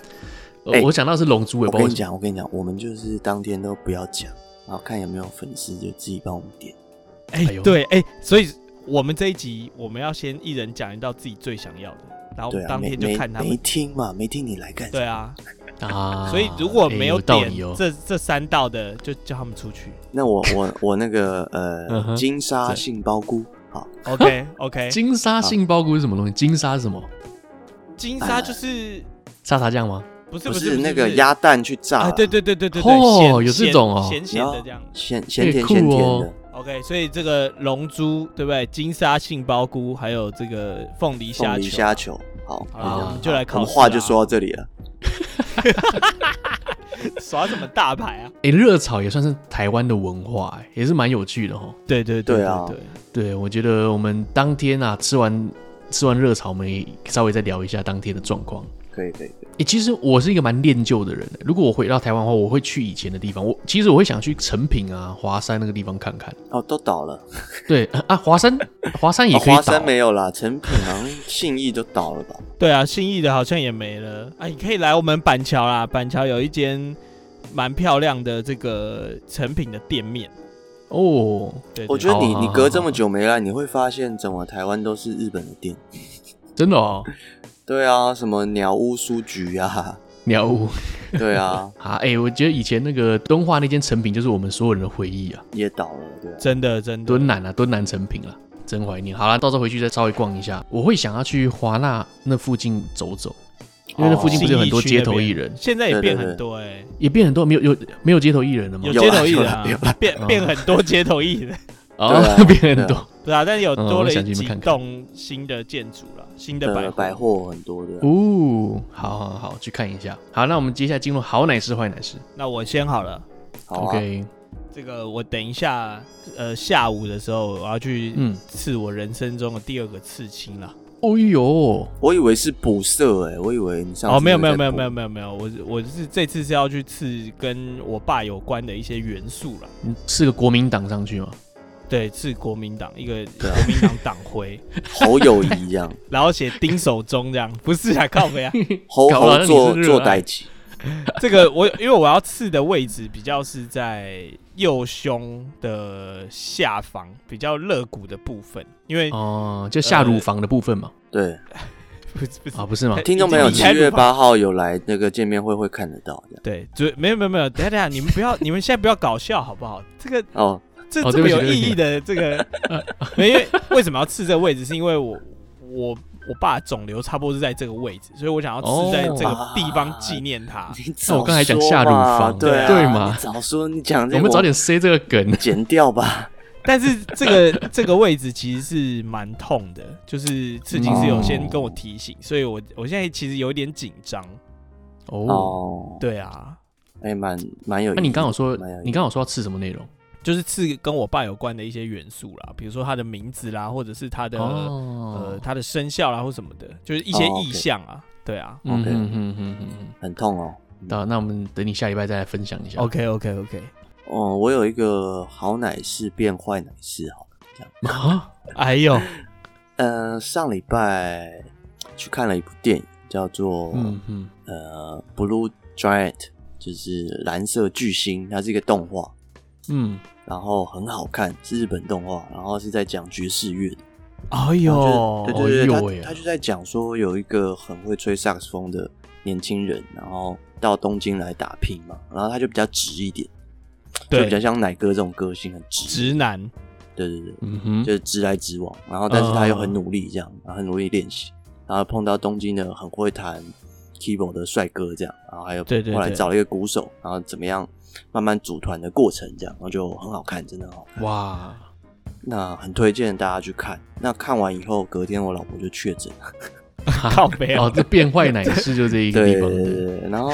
Speaker 1: 我
Speaker 2: 哎
Speaker 1: 我想到是龙珠，也
Speaker 2: 我
Speaker 1: 不知道
Speaker 2: 跟
Speaker 1: 为
Speaker 2: 你
Speaker 1: 什么
Speaker 2: 讲，我跟你讲，我们就是当天都不要讲，然后看有没有粉丝就自己帮我们点。
Speaker 3: 哎
Speaker 1: 哎呦，
Speaker 3: 对，哎，所以我们这一集我们要先一人讲一道自己最想要的，然后
Speaker 2: 对啊，
Speaker 3: 哦当
Speaker 2: 没
Speaker 3: 天就
Speaker 2: 没
Speaker 3: 看他
Speaker 2: 没
Speaker 3: 们。
Speaker 2: 听嘛，没听你来干什么？
Speaker 3: 对啊，
Speaker 1: 啊。
Speaker 3: 所以如果
Speaker 1: 哎
Speaker 3: 没
Speaker 1: 有道
Speaker 3: 点
Speaker 1: 理哦，
Speaker 3: 这这三道的，就叫他们出 去。
Speaker 2: 那我我我那个
Speaker 1: 嗯哼
Speaker 2: 呃，金沙杏鲍菇，好，
Speaker 3: OK OK，
Speaker 1: 金沙杏鲍菇是什么东西？金沙是什么？
Speaker 3: 金沙就是
Speaker 1: 沙茶酱吗？
Speaker 3: 不
Speaker 2: 哎
Speaker 3: 是
Speaker 2: 不
Speaker 3: 不是
Speaker 2: 是
Speaker 3: 不
Speaker 2: 那个
Speaker 3: 不
Speaker 2: 鸭蛋去炸
Speaker 3: 啊，
Speaker 2: 啦，
Speaker 3: 对对对对对对，
Speaker 1: 哦
Speaker 3: 咸
Speaker 1: 有这
Speaker 3: 咸
Speaker 1: 种哦
Speaker 3: 咸
Speaker 2: 你
Speaker 3: 咸
Speaker 2: 要
Speaker 3: 的这样。
Speaker 2: 咸
Speaker 1: 哎
Speaker 2: 咸甜
Speaker 1: 酷
Speaker 2: 咸甜
Speaker 1: 哦
Speaker 2: 的。
Speaker 3: OK，所以这个龙珠对不对？金沙杏鲍菇，还有这个凤梨虾
Speaker 2: 凤
Speaker 3: 球，
Speaker 2: 梨虾球，好，
Speaker 3: 好
Speaker 1: 啊
Speaker 3: 啦，我们就来
Speaker 2: 我
Speaker 3: 考
Speaker 2: 们
Speaker 3: 试
Speaker 2: 话就
Speaker 3: 啦
Speaker 2: 说到这里了。
Speaker 3: 耍什么大牌啊？
Speaker 1: 诶，哎热炒也算是台湾的文化、诶也是蛮有趣的哦。
Speaker 3: 对对
Speaker 2: 对啊
Speaker 3: 对对，
Speaker 1: 对，我觉得我们当天啊，吃完吃完热炒，我们也稍微再聊一下当天的状况。
Speaker 2: 可以可以，可以
Speaker 1: 诶，欸其实我是一个蛮恋旧的人、诶如果我回到台湾的话，我会去以前的地方。我其实我会想去成品啊、华山那个地方看 看。
Speaker 2: 哦，都倒了，
Speaker 1: 对啊，华山，华山也
Speaker 2: 哦
Speaker 1: 可以、啊
Speaker 2: 华山，没有啦，成品好像 信义都倒了吧？
Speaker 3: 对啊，信义的好像也没了。哎、你可以来我们板桥啦，板桥有一间蛮漂亮的这个成品的店面。
Speaker 1: 哦，
Speaker 3: 对
Speaker 2: 我
Speaker 3: 对
Speaker 2: 觉得你
Speaker 1: 好好好
Speaker 2: 你隔这么久没来，你会发现整个台湾都是日本的店。
Speaker 1: 真的哦，
Speaker 2: 对啊，什么鸟屋书局啊，
Speaker 1: 鸟屋
Speaker 2: 对 啊，
Speaker 1: 啊，哎、我觉得以前那个敦化那间成品就是我们所有人的回忆啊，
Speaker 2: 也倒了，对啊，
Speaker 3: 真的真的
Speaker 1: 敦南啊，敦南成品啊，真怀念。好啦，到时候回去再稍微逛一下，我会想要去华纳那附近走走，因
Speaker 2: 哦
Speaker 1: 为那附近不是有很多街头艺人，
Speaker 3: 现在也
Speaker 2: 对对
Speaker 3: 变
Speaker 2: 对嗯
Speaker 3: 很多哎、
Speaker 1: 也变很多没有有没有街头艺人了吗
Speaker 3: 有？
Speaker 2: 有
Speaker 3: 街
Speaker 2: 啦
Speaker 3: 头艺
Speaker 2: 有
Speaker 3: 人、
Speaker 2: 啦嗯有
Speaker 3: 啊， 变变很多街头艺人，
Speaker 1: 哦，
Speaker 2: 对啊
Speaker 1: 变很
Speaker 2: 对
Speaker 1: 多
Speaker 2: 啊
Speaker 3: 对啊，但是有
Speaker 1: 嗯
Speaker 3: 多
Speaker 1: 我
Speaker 3: 了
Speaker 1: 想去那
Speaker 3: 几
Speaker 1: 边看看
Speaker 3: 栋新的建筑了，新的
Speaker 2: 对
Speaker 3: 百
Speaker 2: 嗯百货很多的。
Speaker 1: 哦，好好好，去看一下。好，那我们接下来进入好奶师坏奶师
Speaker 3: 那我先好了，
Speaker 2: 好啊，
Speaker 1: ，OK，
Speaker 3: 这个我等一下呃下午的时候我要去
Speaker 1: 嗯，
Speaker 3: 刺我人生中的第二个刺青了。
Speaker 1: 哦呦，
Speaker 2: 我以为是补色哎，我以为你上次
Speaker 3: 哦，没有没
Speaker 2: 在
Speaker 3: 有没有没有
Speaker 2: 补
Speaker 3: 没有没有，我是我是这次是要去刺跟我爸有关的一些元素了。
Speaker 1: 你是个国民党上去吗？
Speaker 3: 对，刺国民党一个
Speaker 2: 对啊
Speaker 3: 国民党党徽，
Speaker 2: 侯友谊这样，
Speaker 3: 然后写丁守中这样，不是啊，靠北啊，
Speaker 2: 侯
Speaker 1: 搞得
Speaker 2: 侯
Speaker 1: 你
Speaker 2: 做
Speaker 1: 是热
Speaker 2: 做
Speaker 1: 爱
Speaker 2: 代起，
Speaker 3: 这个我因为我要刺的位置比较是在右胸的下方，比较肋骨的部分，因为、
Speaker 1: 哦，就下乳房的部分嘛，
Speaker 2: 对，
Speaker 1: 哎
Speaker 3: 不是不是
Speaker 1: 啊，不是吗？
Speaker 2: 听众朋友
Speaker 3: 已
Speaker 2: 七
Speaker 3: 经离开
Speaker 2: 月
Speaker 3: 乳房
Speaker 2: 八号有来那个见面会会看得到的
Speaker 3: 对，就没有没有没有，等一下等一下，你们不要，你们现在不要搞笑好不好？这个
Speaker 2: 哦，
Speaker 3: 这
Speaker 1: 哦对
Speaker 3: 这么
Speaker 1: 不起
Speaker 3: 有
Speaker 1: 对不
Speaker 3: 意
Speaker 1: 起
Speaker 3: 义的这 个，没因为为什么要刺这个位置？是因为我我我爸肿瘤差不多是在这个位置，所以我想要刺
Speaker 1: 哦
Speaker 3: 在这个地方纪念他。
Speaker 2: 你
Speaker 1: 啊那
Speaker 2: 早
Speaker 1: 我刚才讲
Speaker 2: 说
Speaker 1: 下乳
Speaker 2: 嘛
Speaker 1: 房
Speaker 2: 对啊
Speaker 1: 对嘛
Speaker 2: 你早说你讲这
Speaker 1: 我
Speaker 2: 个
Speaker 1: 们早点塞这个梗。
Speaker 2: 剪掉吧，
Speaker 3: 但是这 个这个位置其实是蛮痛的，就是刺青师有先跟我提
Speaker 2: 嗯
Speaker 3: 醒，所以我我现在其实有点紧张。
Speaker 1: 哦，
Speaker 2: 哦，
Speaker 3: 对啊，
Speaker 2: 哎，蛮蛮有意义的，
Speaker 1: 那你刚好说
Speaker 2: 蛮有意义，
Speaker 1: 你刚好说要吃什么内容？
Speaker 3: 就是刺跟我爸有关的一些元素啦，比如说他的名字啦，或者是他的、呃
Speaker 1: 哦，
Speaker 3: 他的生肖啦或什么的，就是一些
Speaker 2: 哦，OK
Speaker 3: 意象啊。对啊
Speaker 1: 嗯
Speaker 2: OK
Speaker 1: 嗯嗯嗯嗯嗯，
Speaker 2: 很痛哦。
Speaker 1: 那那我们等你下礼拜再来分享一下。
Speaker 3: ，OK OK OK，
Speaker 2: 哦，我有一个好奶事变坏奶事好了。
Speaker 1: 啊，
Speaker 3: 哎呦，
Speaker 2: 呃，上礼拜去看了一部电影，叫做、
Speaker 1: 嗯嗯，
Speaker 2: 呃《Blue Giant》，就是蓝色巨星，它是一个动画，
Speaker 1: 嗯，
Speaker 2: 然后很好看，是日本动画，然后是在讲爵士乐的。
Speaker 3: 哎
Speaker 2: 然
Speaker 3: 呦
Speaker 2: 后，就对对
Speaker 1: 哎呦喂
Speaker 2: 对，
Speaker 1: 啊
Speaker 2: 他他就在讲说有一个很会吹萨克斯风的年轻人，然后到东京来打拼嘛，然后他就比较直一点，就比较
Speaker 3: 对，
Speaker 2: 像奶哥这种个性很直，
Speaker 3: 直男，
Speaker 2: 对对对，
Speaker 1: 嗯哼，
Speaker 2: 就是直来直往，然后但是他又很努力这样，然后很努力练习，然后碰到东京的很会弹 keyboard 的帅哥这样，然后还有
Speaker 3: 对对对
Speaker 2: 后来找了一个鼓手，然后怎么样慢慢组团的过程这样，然后就很好看，真的很好看，
Speaker 1: 哇，
Speaker 2: 那很推荐大家去看。那看完以后，隔天我老婆就确诊，啊
Speaker 3: 靠背
Speaker 1: 哦
Speaker 3: 哦，，
Speaker 1: 这变坏奶是就这一个
Speaker 2: 对
Speaker 1: 地
Speaker 2: 对
Speaker 1: 方
Speaker 2: 对
Speaker 1: 的，
Speaker 2: 对，对然后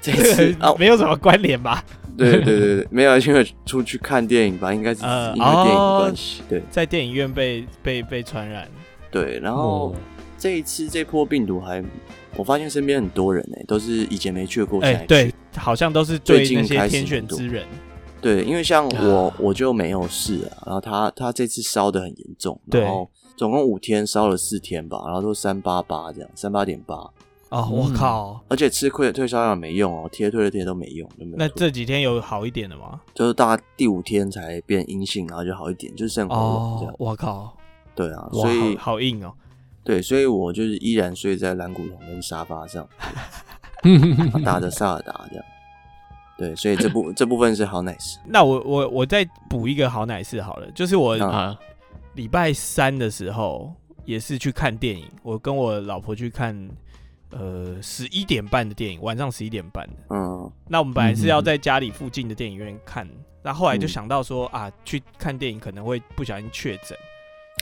Speaker 2: 这
Speaker 3: 这
Speaker 2: 次啊
Speaker 3: 个，没有什么关联吧？
Speaker 2: 对对对对，没有因为出去看电影吧，应该是
Speaker 3: 呃
Speaker 2: 因为电影的
Speaker 3: 哦
Speaker 2: 关系，对
Speaker 3: 在电影院被被被传染，
Speaker 2: 对，然后
Speaker 1: 哦。，
Speaker 2: 这一次这波病毒还，我发现身边很多人呢、都是以前没去过，现
Speaker 3: 哎
Speaker 2: 在，去
Speaker 3: 对，好像都是
Speaker 2: 最
Speaker 3: 对
Speaker 2: 近
Speaker 3: 那
Speaker 2: 开
Speaker 3: 些
Speaker 2: 始
Speaker 3: 天选
Speaker 2: 很多
Speaker 3: 之人，
Speaker 2: 对，因为像我
Speaker 1: 啊
Speaker 2: 我就没有事啊，然后他他这次烧的很严重，
Speaker 3: 对
Speaker 2: 然后总共五天烧了四天吧，然后都三八八这样，三八点八，
Speaker 3: 哦，我
Speaker 1: 嗯
Speaker 3: 靠，
Speaker 2: 而且吃退退烧药没用哦，贴退热贴都没用，都没有
Speaker 3: 那
Speaker 2: 用
Speaker 3: 这几天有好一点的吗？
Speaker 2: 就是大概第五天才变阴性，然后就好一点，就是剩喉咙这
Speaker 3: 哦
Speaker 2: 样，，
Speaker 3: 我靠，
Speaker 2: 对啊，
Speaker 3: 哇
Speaker 2: 所，以
Speaker 3: 好好硬哦，
Speaker 2: 对，所以我就是依然睡在蓝骨头跟沙 发上，
Speaker 1: 嗯
Speaker 2: 打着萨尔达这样，对，所以 这部这部分是好 nice，
Speaker 3: 那我我我再补一个好奶事好了，就是我
Speaker 2: 啊
Speaker 1: 啊，
Speaker 3: 礼拜三的时候也是去看电影，我跟我老婆去看，呃，十一点半的电影，晚上十一点半的。
Speaker 2: 嗯。
Speaker 3: 那我们本来是要
Speaker 1: 嗯
Speaker 3: 在家里附近的电影院看，那后来就
Speaker 2: 嗯
Speaker 3: 想到说啊，去看电影可能会不小心确诊，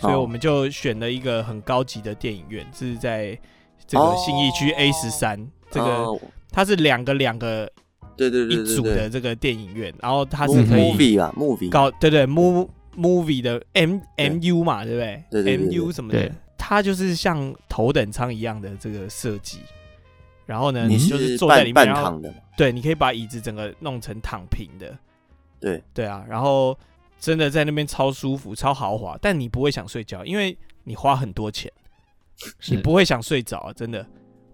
Speaker 3: 所以
Speaker 2: 哦
Speaker 3: 我们就选了一个很高级的电影院，是在这个信义区
Speaker 2: 哦
Speaker 3: A 十三这个
Speaker 2: 哦
Speaker 3: 它是两个两个
Speaker 2: 对对对
Speaker 3: 一
Speaker 2: 对
Speaker 3: 组
Speaker 2: 对
Speaker 3: 的这个电影院，然后它是可以
Speaker 2: ，movie 啊，movie，
Speaker 3: 搞对对 mov movie 的 M M U 嘛，对不对？
Speaker 2: 对对对
Speaker 3: M
Speaker 2: 对
Speaker 3: U 什么的
Speaker 1: 对，
Speaker 3: 它就是像头等舱一样的这个设计。然后呢，
Speaker 2: 你
Speaker 3: 就是是坐在
Speaker 2: 半
Speaker 3: 里面，
Speaker 2: 半
Speaker 3: 然后
Speaker 2: 躺的嘛，
Speaker 3: 对，你可以把椅子整个弄成躺平的。
Speaker 2: 对
Speaker 3: 对啊，然后真的在那边超舒服、超豪华，但你不会想睡觉，因为你花很多钱，
Speaker 1: 是
Speaker 3: 你不会想睡着，真的。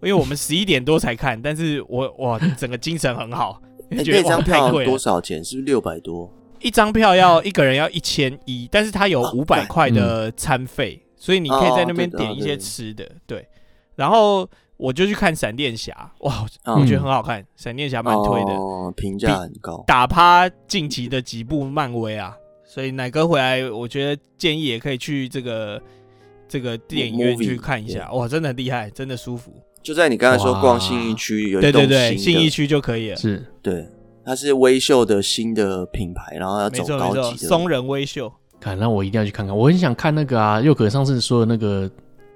Speaker 3: 因为我们十一点多才看，但是我哇，整个精神很好，因为
Speaker 2: 哎，
Speaker 3: 觉
Speaker 2: 那
Speaker 3: 得哇
Speaker 2: 张
Speaker 3: 太
Speaker 2: 票
Speaker 3: 贵了
Speaker 2: 多。少钱？是不是六百多？
Speaker 3: 一张票要一个人要一千一，但是它有
Speaker 2: 哦
Speaker 3: 五百块的餐费，所以你可以在那边
Speaker 2: 哦哦对的
Speaker 3: 点一些
Speaker 2: 对的
Speaker 3: 吃的。对，然后我就去看闪电侠，哇，
Speaker 2: 啊
Speaker 3: 我
Speaker 1: 嗯
Speaker 3: 觉得很好看，闪电侠蛮推的。
Speaker 2: 哦，评价很高。
Speaker 3: 打趴近期的几部漫威啊，所以奶哥回来，我觉得建议也可以去这个这个电影院
Speaker 2: Movie，
Speaker 3: 去看一下，哇，真的很厉害，真的舒服。
Speaker 2: 就在你刚才说
Speaker 1: 哇
Speaker 2: 逛信义区，有一
Speaker 3: 对
Speaker 2: 栋新
Speaker 3: 对对，
Speaker 2: 的，
Speaker 3: 信义区就可以了，
Speaker 1: 是
Speaker 2: 对，它是微秀的新的品牌，然后要
Speaker 3: 没
Speaker 2: 走
Speaker 3: 错没
Speaker 2: 高
Speaker 3: 错，
Speaker 2: 级的
Speaker 3: 松仁微秀，
Speaker 1: 看，那我一定要去看看。我很想看那个啊，又可上次说的那个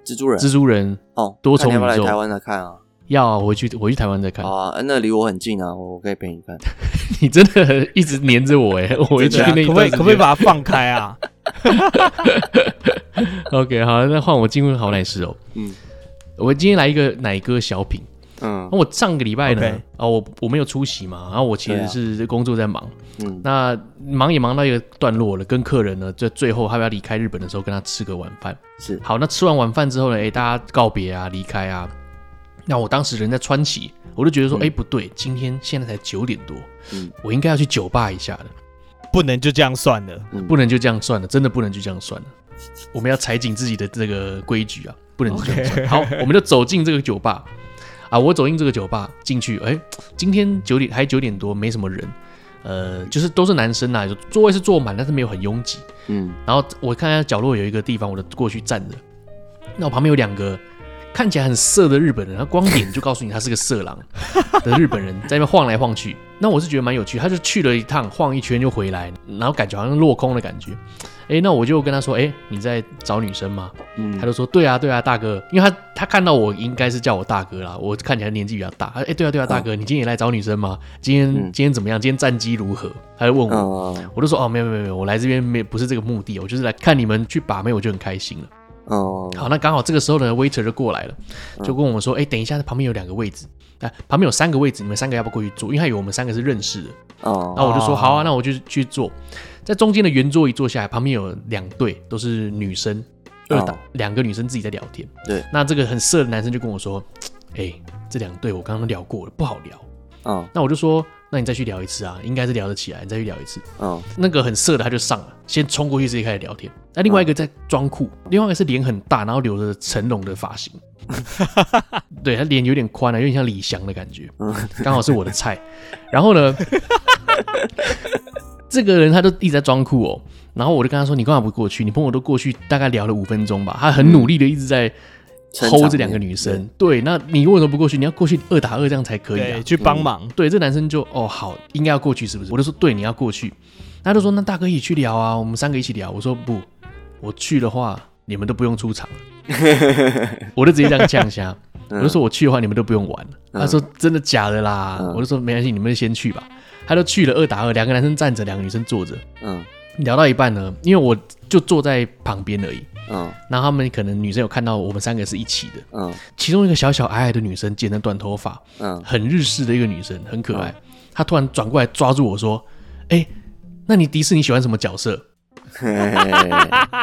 Speaker 2: 蜘蛛人
Speaker 1: 蜘蛛人，
Speaker 2: 哦，
Speaker 1: 多重宇宙
Speaker 2: 看你要不要来台湾来看啊？
Speaker 1: 要啊，我回去我去台湾再看
Speaker 2: 好。
Speaker 3: 哦
Speaker 2: 啊，那离我很近啊，我可以陪你 看。
Speaker 1: 你真的一直黏着 我哎、我回去
Speaker 3: 对啊，
Speaker 1: 那一
Speaker 3: 可不可
Speaker 1: 段
Speaker 3: 以
Speaker 1: 时
Speaker 3: 可不可以
Speaker 1: 间
Speaker 3: 把它放 开啊？
Speaker 1: OK，好，那换我进入好奶师哦。
Speaker 2: 嗯
Speaker 1: 我今天来一个奶哥小品。
Speaker 2: 嗯
Speaker 1: 那我上个礼拜呢
Speaker 3: OK
Speaker 1: 哦，我我没有出席嘛，然后我其
Speaker 2: 对
Speaker 1: 实
Speaker 2: 啊
Speaker 1: 是工作在忙，
Speaker 3: 啊
Speaker 2: 嗯，
Speaker 1: 那忙也忙到一个段落了，跟客人呢，在最后他要离开日本的时候，跟他吃个晚饭。
Speaker 2: 是
Speaker 1: 好，那吃完晚饭之后呢，诶，大家告别啊，离开啊。那我当时人在川崎，我就觉得说，
Speaker 2: 嗯
Speaker 1: 诶，不对，今天现在才九点多，
Speaker 2: 嗯
Speaker 1: 我应该要去酒吧一下的。
Speaker 3: 不能就这样算了。
Speaker 2: 嗯
Speaker 1: 不能就这样算了，真的不能就这样算了。我们要踩紧自己的这个规矩啊，不能就这样算。
Speaker 3: OK
Speaker 1: 好，我们就走进这个酒吧啊，我走进这个酒吧进去，哎、今天九点还九点多，没什么人，呃，就是都是男生啊，就座位是坐满，但是没有很拥挤。
Speaker 2: 嗯
Speaker 1: 然后我看见角落有一个地方，我就过去站着。那我旁边有两个看起来很色的日本人，他光点就告诉你他是个色狼的日本人，在那边晃来晃去。那我是觉得蛮有趣，他就去了一趟，晃一圈就回来，然后感觉好像落空的感觉。哎，那我就跟他说，哎，你在找女生吗？
Speaker 2: 嗯
Speaker 1: 他就说，对啊，对啊，大哥，因为他他看到我应该是叫我大哥啦，我看起来年纪比较大。他说哎，对啊，对啊，大哥，你今天也来找女生吗？今天、
Speaker 2: 嗯
Speaker 1: 今天怎么样？今天战绩如何？他就问我，
Speaker 2: 嗯
Speaker 1: 我就说哦，没有没有没有，我来这边没不是这个目的，我就是来看你们去把妹，我就很开心了。
Speaker 2: 嗯，
Speaker 1: 好，那刚好这个时候呢，waiter 就过来了，就跟我们说，哎、等一下，旁边有两个位置，啊，旁边有三个位置，你们三个要不要过去坐？因为他以为我们三个是认识的，
Speaker 2: 哦
Speaker 1: 然后我就说
Speaker 3: 哦
Speaker 1: 好啊，那我就去坐。在中间的圆桌一坐下来，旁边有两对都是女生，二打
Speaker 2: 哦
Speaker 1: 两个女生自己在聊天。
Speaker 2: 对，
Speaker 1: 那这个很色的男生就跟我说，哎、这两对我刚刚聊过了，不好聊。
Speaker 2: 嗯
Speaker 1: 那我就说，那你再去聊一次啊，应该是聊得起来，你再去聊一次。
Speaker 2: 嗯
Speaker 1: 那个很色的他就上了，先冲过去直接开始聊天。那另外
Speaker 2: 嗯
Speaker 1: 一个在装酷，另外一个是脸很大，然后留着成龙的 发型，对他脸有点宽啊，有点像李翔的感觉，
Speaker 2: 嗯
Speaker 1: 刚好是我的菜。然后 呢，这个人他就一直在装酷哦。然后我就跟他说：“你干嘛不过去？你朋友都过去，大概聊了五分钟吧。他很努力的一直在
Speaker 2: 嗯撑场
Speaker 1: hold 这两个
Speaker 2: 面
Speaker 1: 女生。对，那你为什么不过去？你要过去二打二这样才可以啊
Speaker 3: 对，。去帮忙。
Speaker 1: 对，这男生就哦好，应该要过去是不是？我就说对，你要过去。他就说那大哥一起去聊啊，我们三个一起聊。我说不，我去的话你们都不用出场，我就直接这样呛下。
Speaker 2: 嗯
Speaker 1: 我就说我去的话你们都不用玩。他说真的假的啦？
Speaker 2: 嗯
Speaker 1: 我就说没关系，你们先去吧。他就去了二打二，两个男生站着，两个女生坐着。
Speaker 2: 嗯
Speaker 1: 聊到一半呢，因为我就坐在旁边而已。
Speaker 2: 嗯
Speaker 1: 然后他们可能女生有看到我们三个是一起的，
Speaker 2: 嗯
Speaker 1: 其中一个小小矮矮的女生，剪了短头发，
Speaker 2: 嗯哦
Speaker 1: 很日式的一个女生，很可爱。她突然转过来抓住我说：“哎、那你迪士尼喜欢什么角色
Speaker 2: 嘿 嘿嘿，？”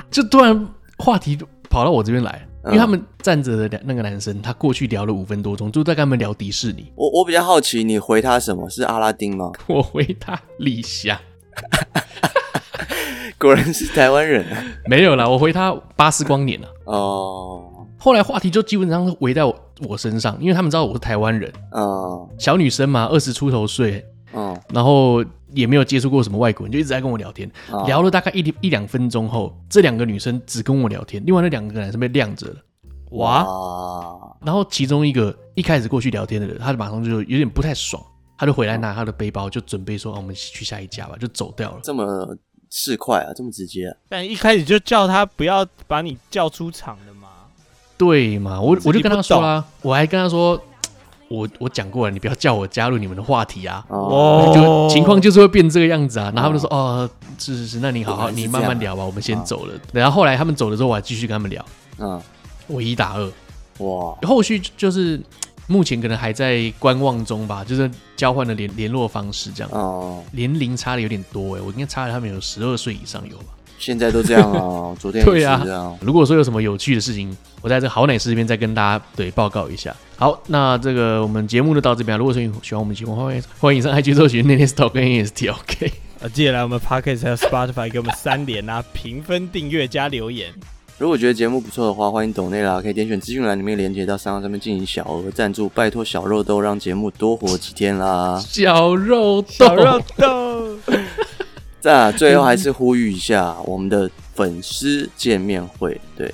Speaker 1: 就突然话题跑到我这边来，因
Speaker 2: 嗯
Speaker 1: 为他们站着的两那个男生，他过去聊了五分多钟，就在跟他们聊迪士尼。
Speaker 2: 我我比较好奇，你回他什么？是阿拉丁吗？
Speaker 1: 我回他李翔，
Speaker 2: 果然是台湾人啊
Speaker 1: 没有啦，我回他巴斯光年了。啊
Speaker 2: 哦
Speaker 1: 后来话题就基本上是围在我我身上，因为他们知道我是台湾人，
Speaker 2: 嗯
Speaker 1: 小女生嘛，二十出头岁，
Speaker 2: 嗯
Speaker 1: 然后也没有接触过什么外国人，就一直在跟我聊天，
Speaker 2: 哦
Speaker 1: 聊了大概一一两分钟后，这两个女生只跟我聊天，另外那两个男生被晾着了。
Speaker 3: 哇，
Speaker 2: 哇
Speaker 1: 然后其中一个一开始过去聊天的人，他马上就有点不太爽，他就回来拿他的背包，就准备说：“啊，我们去下一家吧。”就走掉了。
Speaker 2: 这么市侩啊，这么直接啊，
Speaker 3: 但一开始就叫他不要把你叫出场的嘛。
Speaker 1: 对嘛？我
Speaker 3: 自己
Speaker 1: 我就跟他说啦、我还跟他说：“我我讲过了，你不要叫我加入你们的话题啊。
Speaker 2: 哦，
Speaker 3: 哦，
Speaker 1: 就情况就是会变这个样子啊，然后他们就说哦，是是是，那你好
Speaker 2: 果
Speaker 1: 好
Speaker 2: 然是
Speaker 1: 你
Speaker 2: 这
Speaker 1: 慢慢
Speaker 2: 样
Speaker 1: 聊吧，我们先走了。然后后来他们走的时候，我还继续跟他们聊，
Speaker 2: 嗯，
Speaker 1: 我一打二。
Speaker 2: 哇，
Speaker 1: 后续就是目前可能还在观望中吧，就是交换的联联络方式这样。
Speaker 2: 哦，
Speaker 1: 年龄差的有点多哎、我应该差了他们有十二岁以上有吧？
Speaker 2: 现在都这样啊，昨天也
Speaker 1: 对
Speaker 2: 是
Speaker 1: 啊
Speaker 2: 这样，
Speaker 1: 如果说有什么有趣的事情，我在这好奶师这边再跟大家对报告一下。好，那这个我们节目就到这边啊。如果说你喜欢我们节目，欢迎欢迎上 IG 搜寻 n e s t a l k 跟 NSTOK。
Speaker 3: 呃，记得来我们 Podcast 还有 Spotify 给我们三连啊，评分、订阅加 留言。
Speaker 2: 如果觉得节目不错的话，欢迎抖内啦，可以点选资讯栏里面连接到三号上面进行小额赞助，拜托小肉豆让节目多活几天啦。
Speaker 1: 小肉豆，
Speaker 3: 小肉 豆，
Speaker 2: 再啊最后还是呼吁一下我们的粉丝见面会，对，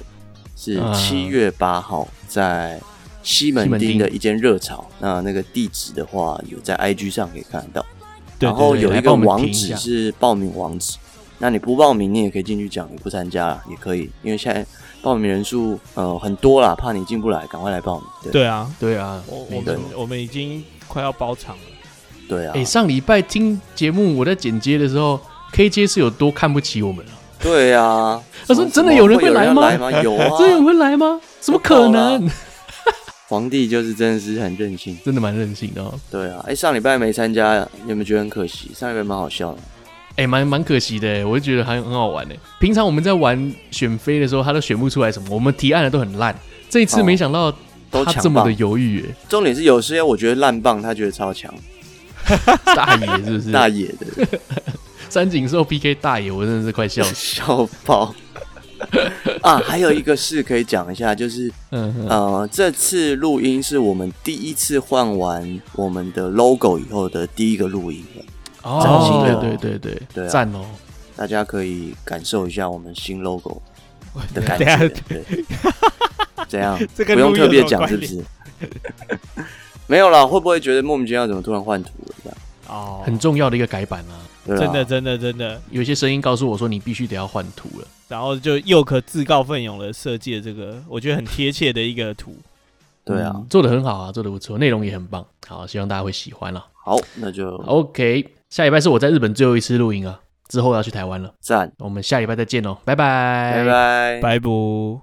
Speaker 2: 是
Speaker 1: 嗯
Speaker 2: 七月八号在西
Speaker 1: 西
Speaker 2: 门
Speaker 1: 门
Speaker 2: 町
Speaker 1: 町
Speaker 2: 的一间热炒，那那个地址的话有在 IG 上可以看得到。
Speaker 3: 对
Speaker 2: 然后
Speaker 1: 对
Speaker 2: 有
Speaker 1: 来
Speaker 2: 一
Speaker 1: 帮
Speaker 2: 个
Speaker 1: 我们
Speaker 2: 网
Speaker 1: 评一
Speaker 2: 址
Speaker 1: 下
Speaker 2: 是报名网址，那你不报名你也可以进去讲，你不参加啦也可以，因为现在报名人数呃很多啦，怕你进不来，赶快来报名。对
Speaker 3: 对啊，
Speaker 1: 对啊，
Speaker 3: 我我
Speaker 1: 没
Speaker 3: 们
Speaker 1: 错。
Speaker 3: 我们已经快要包场了。
Speaker 2: 对啊
Speaker 1: 哎、，上礼拜听节目，我在剪接的时候，K J 是有多看不起我们啊？
Speaker 2: 对啊。
Speaker 1: 他说呃真的有人会
Speaker 2: 会
Speaker 1: 来
Speaker 2: 人
Speaker 1: 吗
Speaker 2: 来吗？有啊，
Speaker 1: 哎真有人会来吗？怎么可能？
Speaker 2: 皇帝就是真的是很任性。
Speaker 1: 真的蛮任性的哦。
Speaker 2: 对啊，哎，上礼拜没参加，你有没有觉得很可惜？上礼拜蛮好笑的。
Speaker 1: 哎、蛮蛮可惜的，我就觉得还很好玩呢。哎平常我们在玩选妃的时候，他都选不出来什么，我们提案的都很烂。这一次
Speaker 2: 哦
Speaker 1: 没想到
Speaker 2: 都
Speaker 1: 他
Speaker 2: 强
Speaker 1: 这么的
Speaker 2: 棒
Speaker 1: 犹豫哎 耶，
Speaker 2: 重点是有些我觉得烂棒，他觉得超强，
Speaker 1: 大爷是不是？
Speaker 2: 大野的
Speaker 1: 三井寿 PK 大爷，我真的是快笑死。
Speaker 2: 笑爆 啊！还有一个事可以讲一下，就是
Speaker 1: 嗯，嗯
Speaker 2: 呃，这次录音是我们第一次换完我们的 logo 以后的第一个录音了，崭新
Speaker 1: 哦
Speaker 2: 的，
Speaker 1: 对对对
Speaker 2: 对啊
Speaker 1: 赞哦。
Speaker 2: 大家可以感受一下我们新 logo 的
Speaker 3: 等
Speaker 2: 感
Speaker 3: 一下
Speaker 2: 觉。对，怎样？
Speaker 3: 这跟
Speaker 2: 不用
Speaker 3: 录音有
Speaker 2: 特别
Speaker 3: 什么
Speaker 2: 讲
Speaker 3: 关
Speaker 2: 是不是？ 没有啦，会不会觉得莫名其妙怎么突然换图了这样？
Speaker 3: 哦，
Speaker 1: 很重要的一个改版啊。
Speaker 2: 对啦
Speaker 3: 真的真的真的。
Speaker 1: 有一些声音告诉我说，你必须得要换图了。
Speaker 3: 然后就又可自告奋勇的设计了这个，我觉得很贴切的一个图。
Speaker 2: 对啊。
Speaker 1: 嗯做的很好啊，做的不错，内容也很棒。好，希望大家会喜欢啦。啊
Speaker 2: 好，那就
Speaker 1: OK，下礼拜是我在日本最后一次露营啊，之后要去台湾了，
Speaker 2: 赞，
Speaker 1: 我们下礼拜再见喽，拜拜，
Speaker 2: 拜拜。
Speaker 3: 拜拜。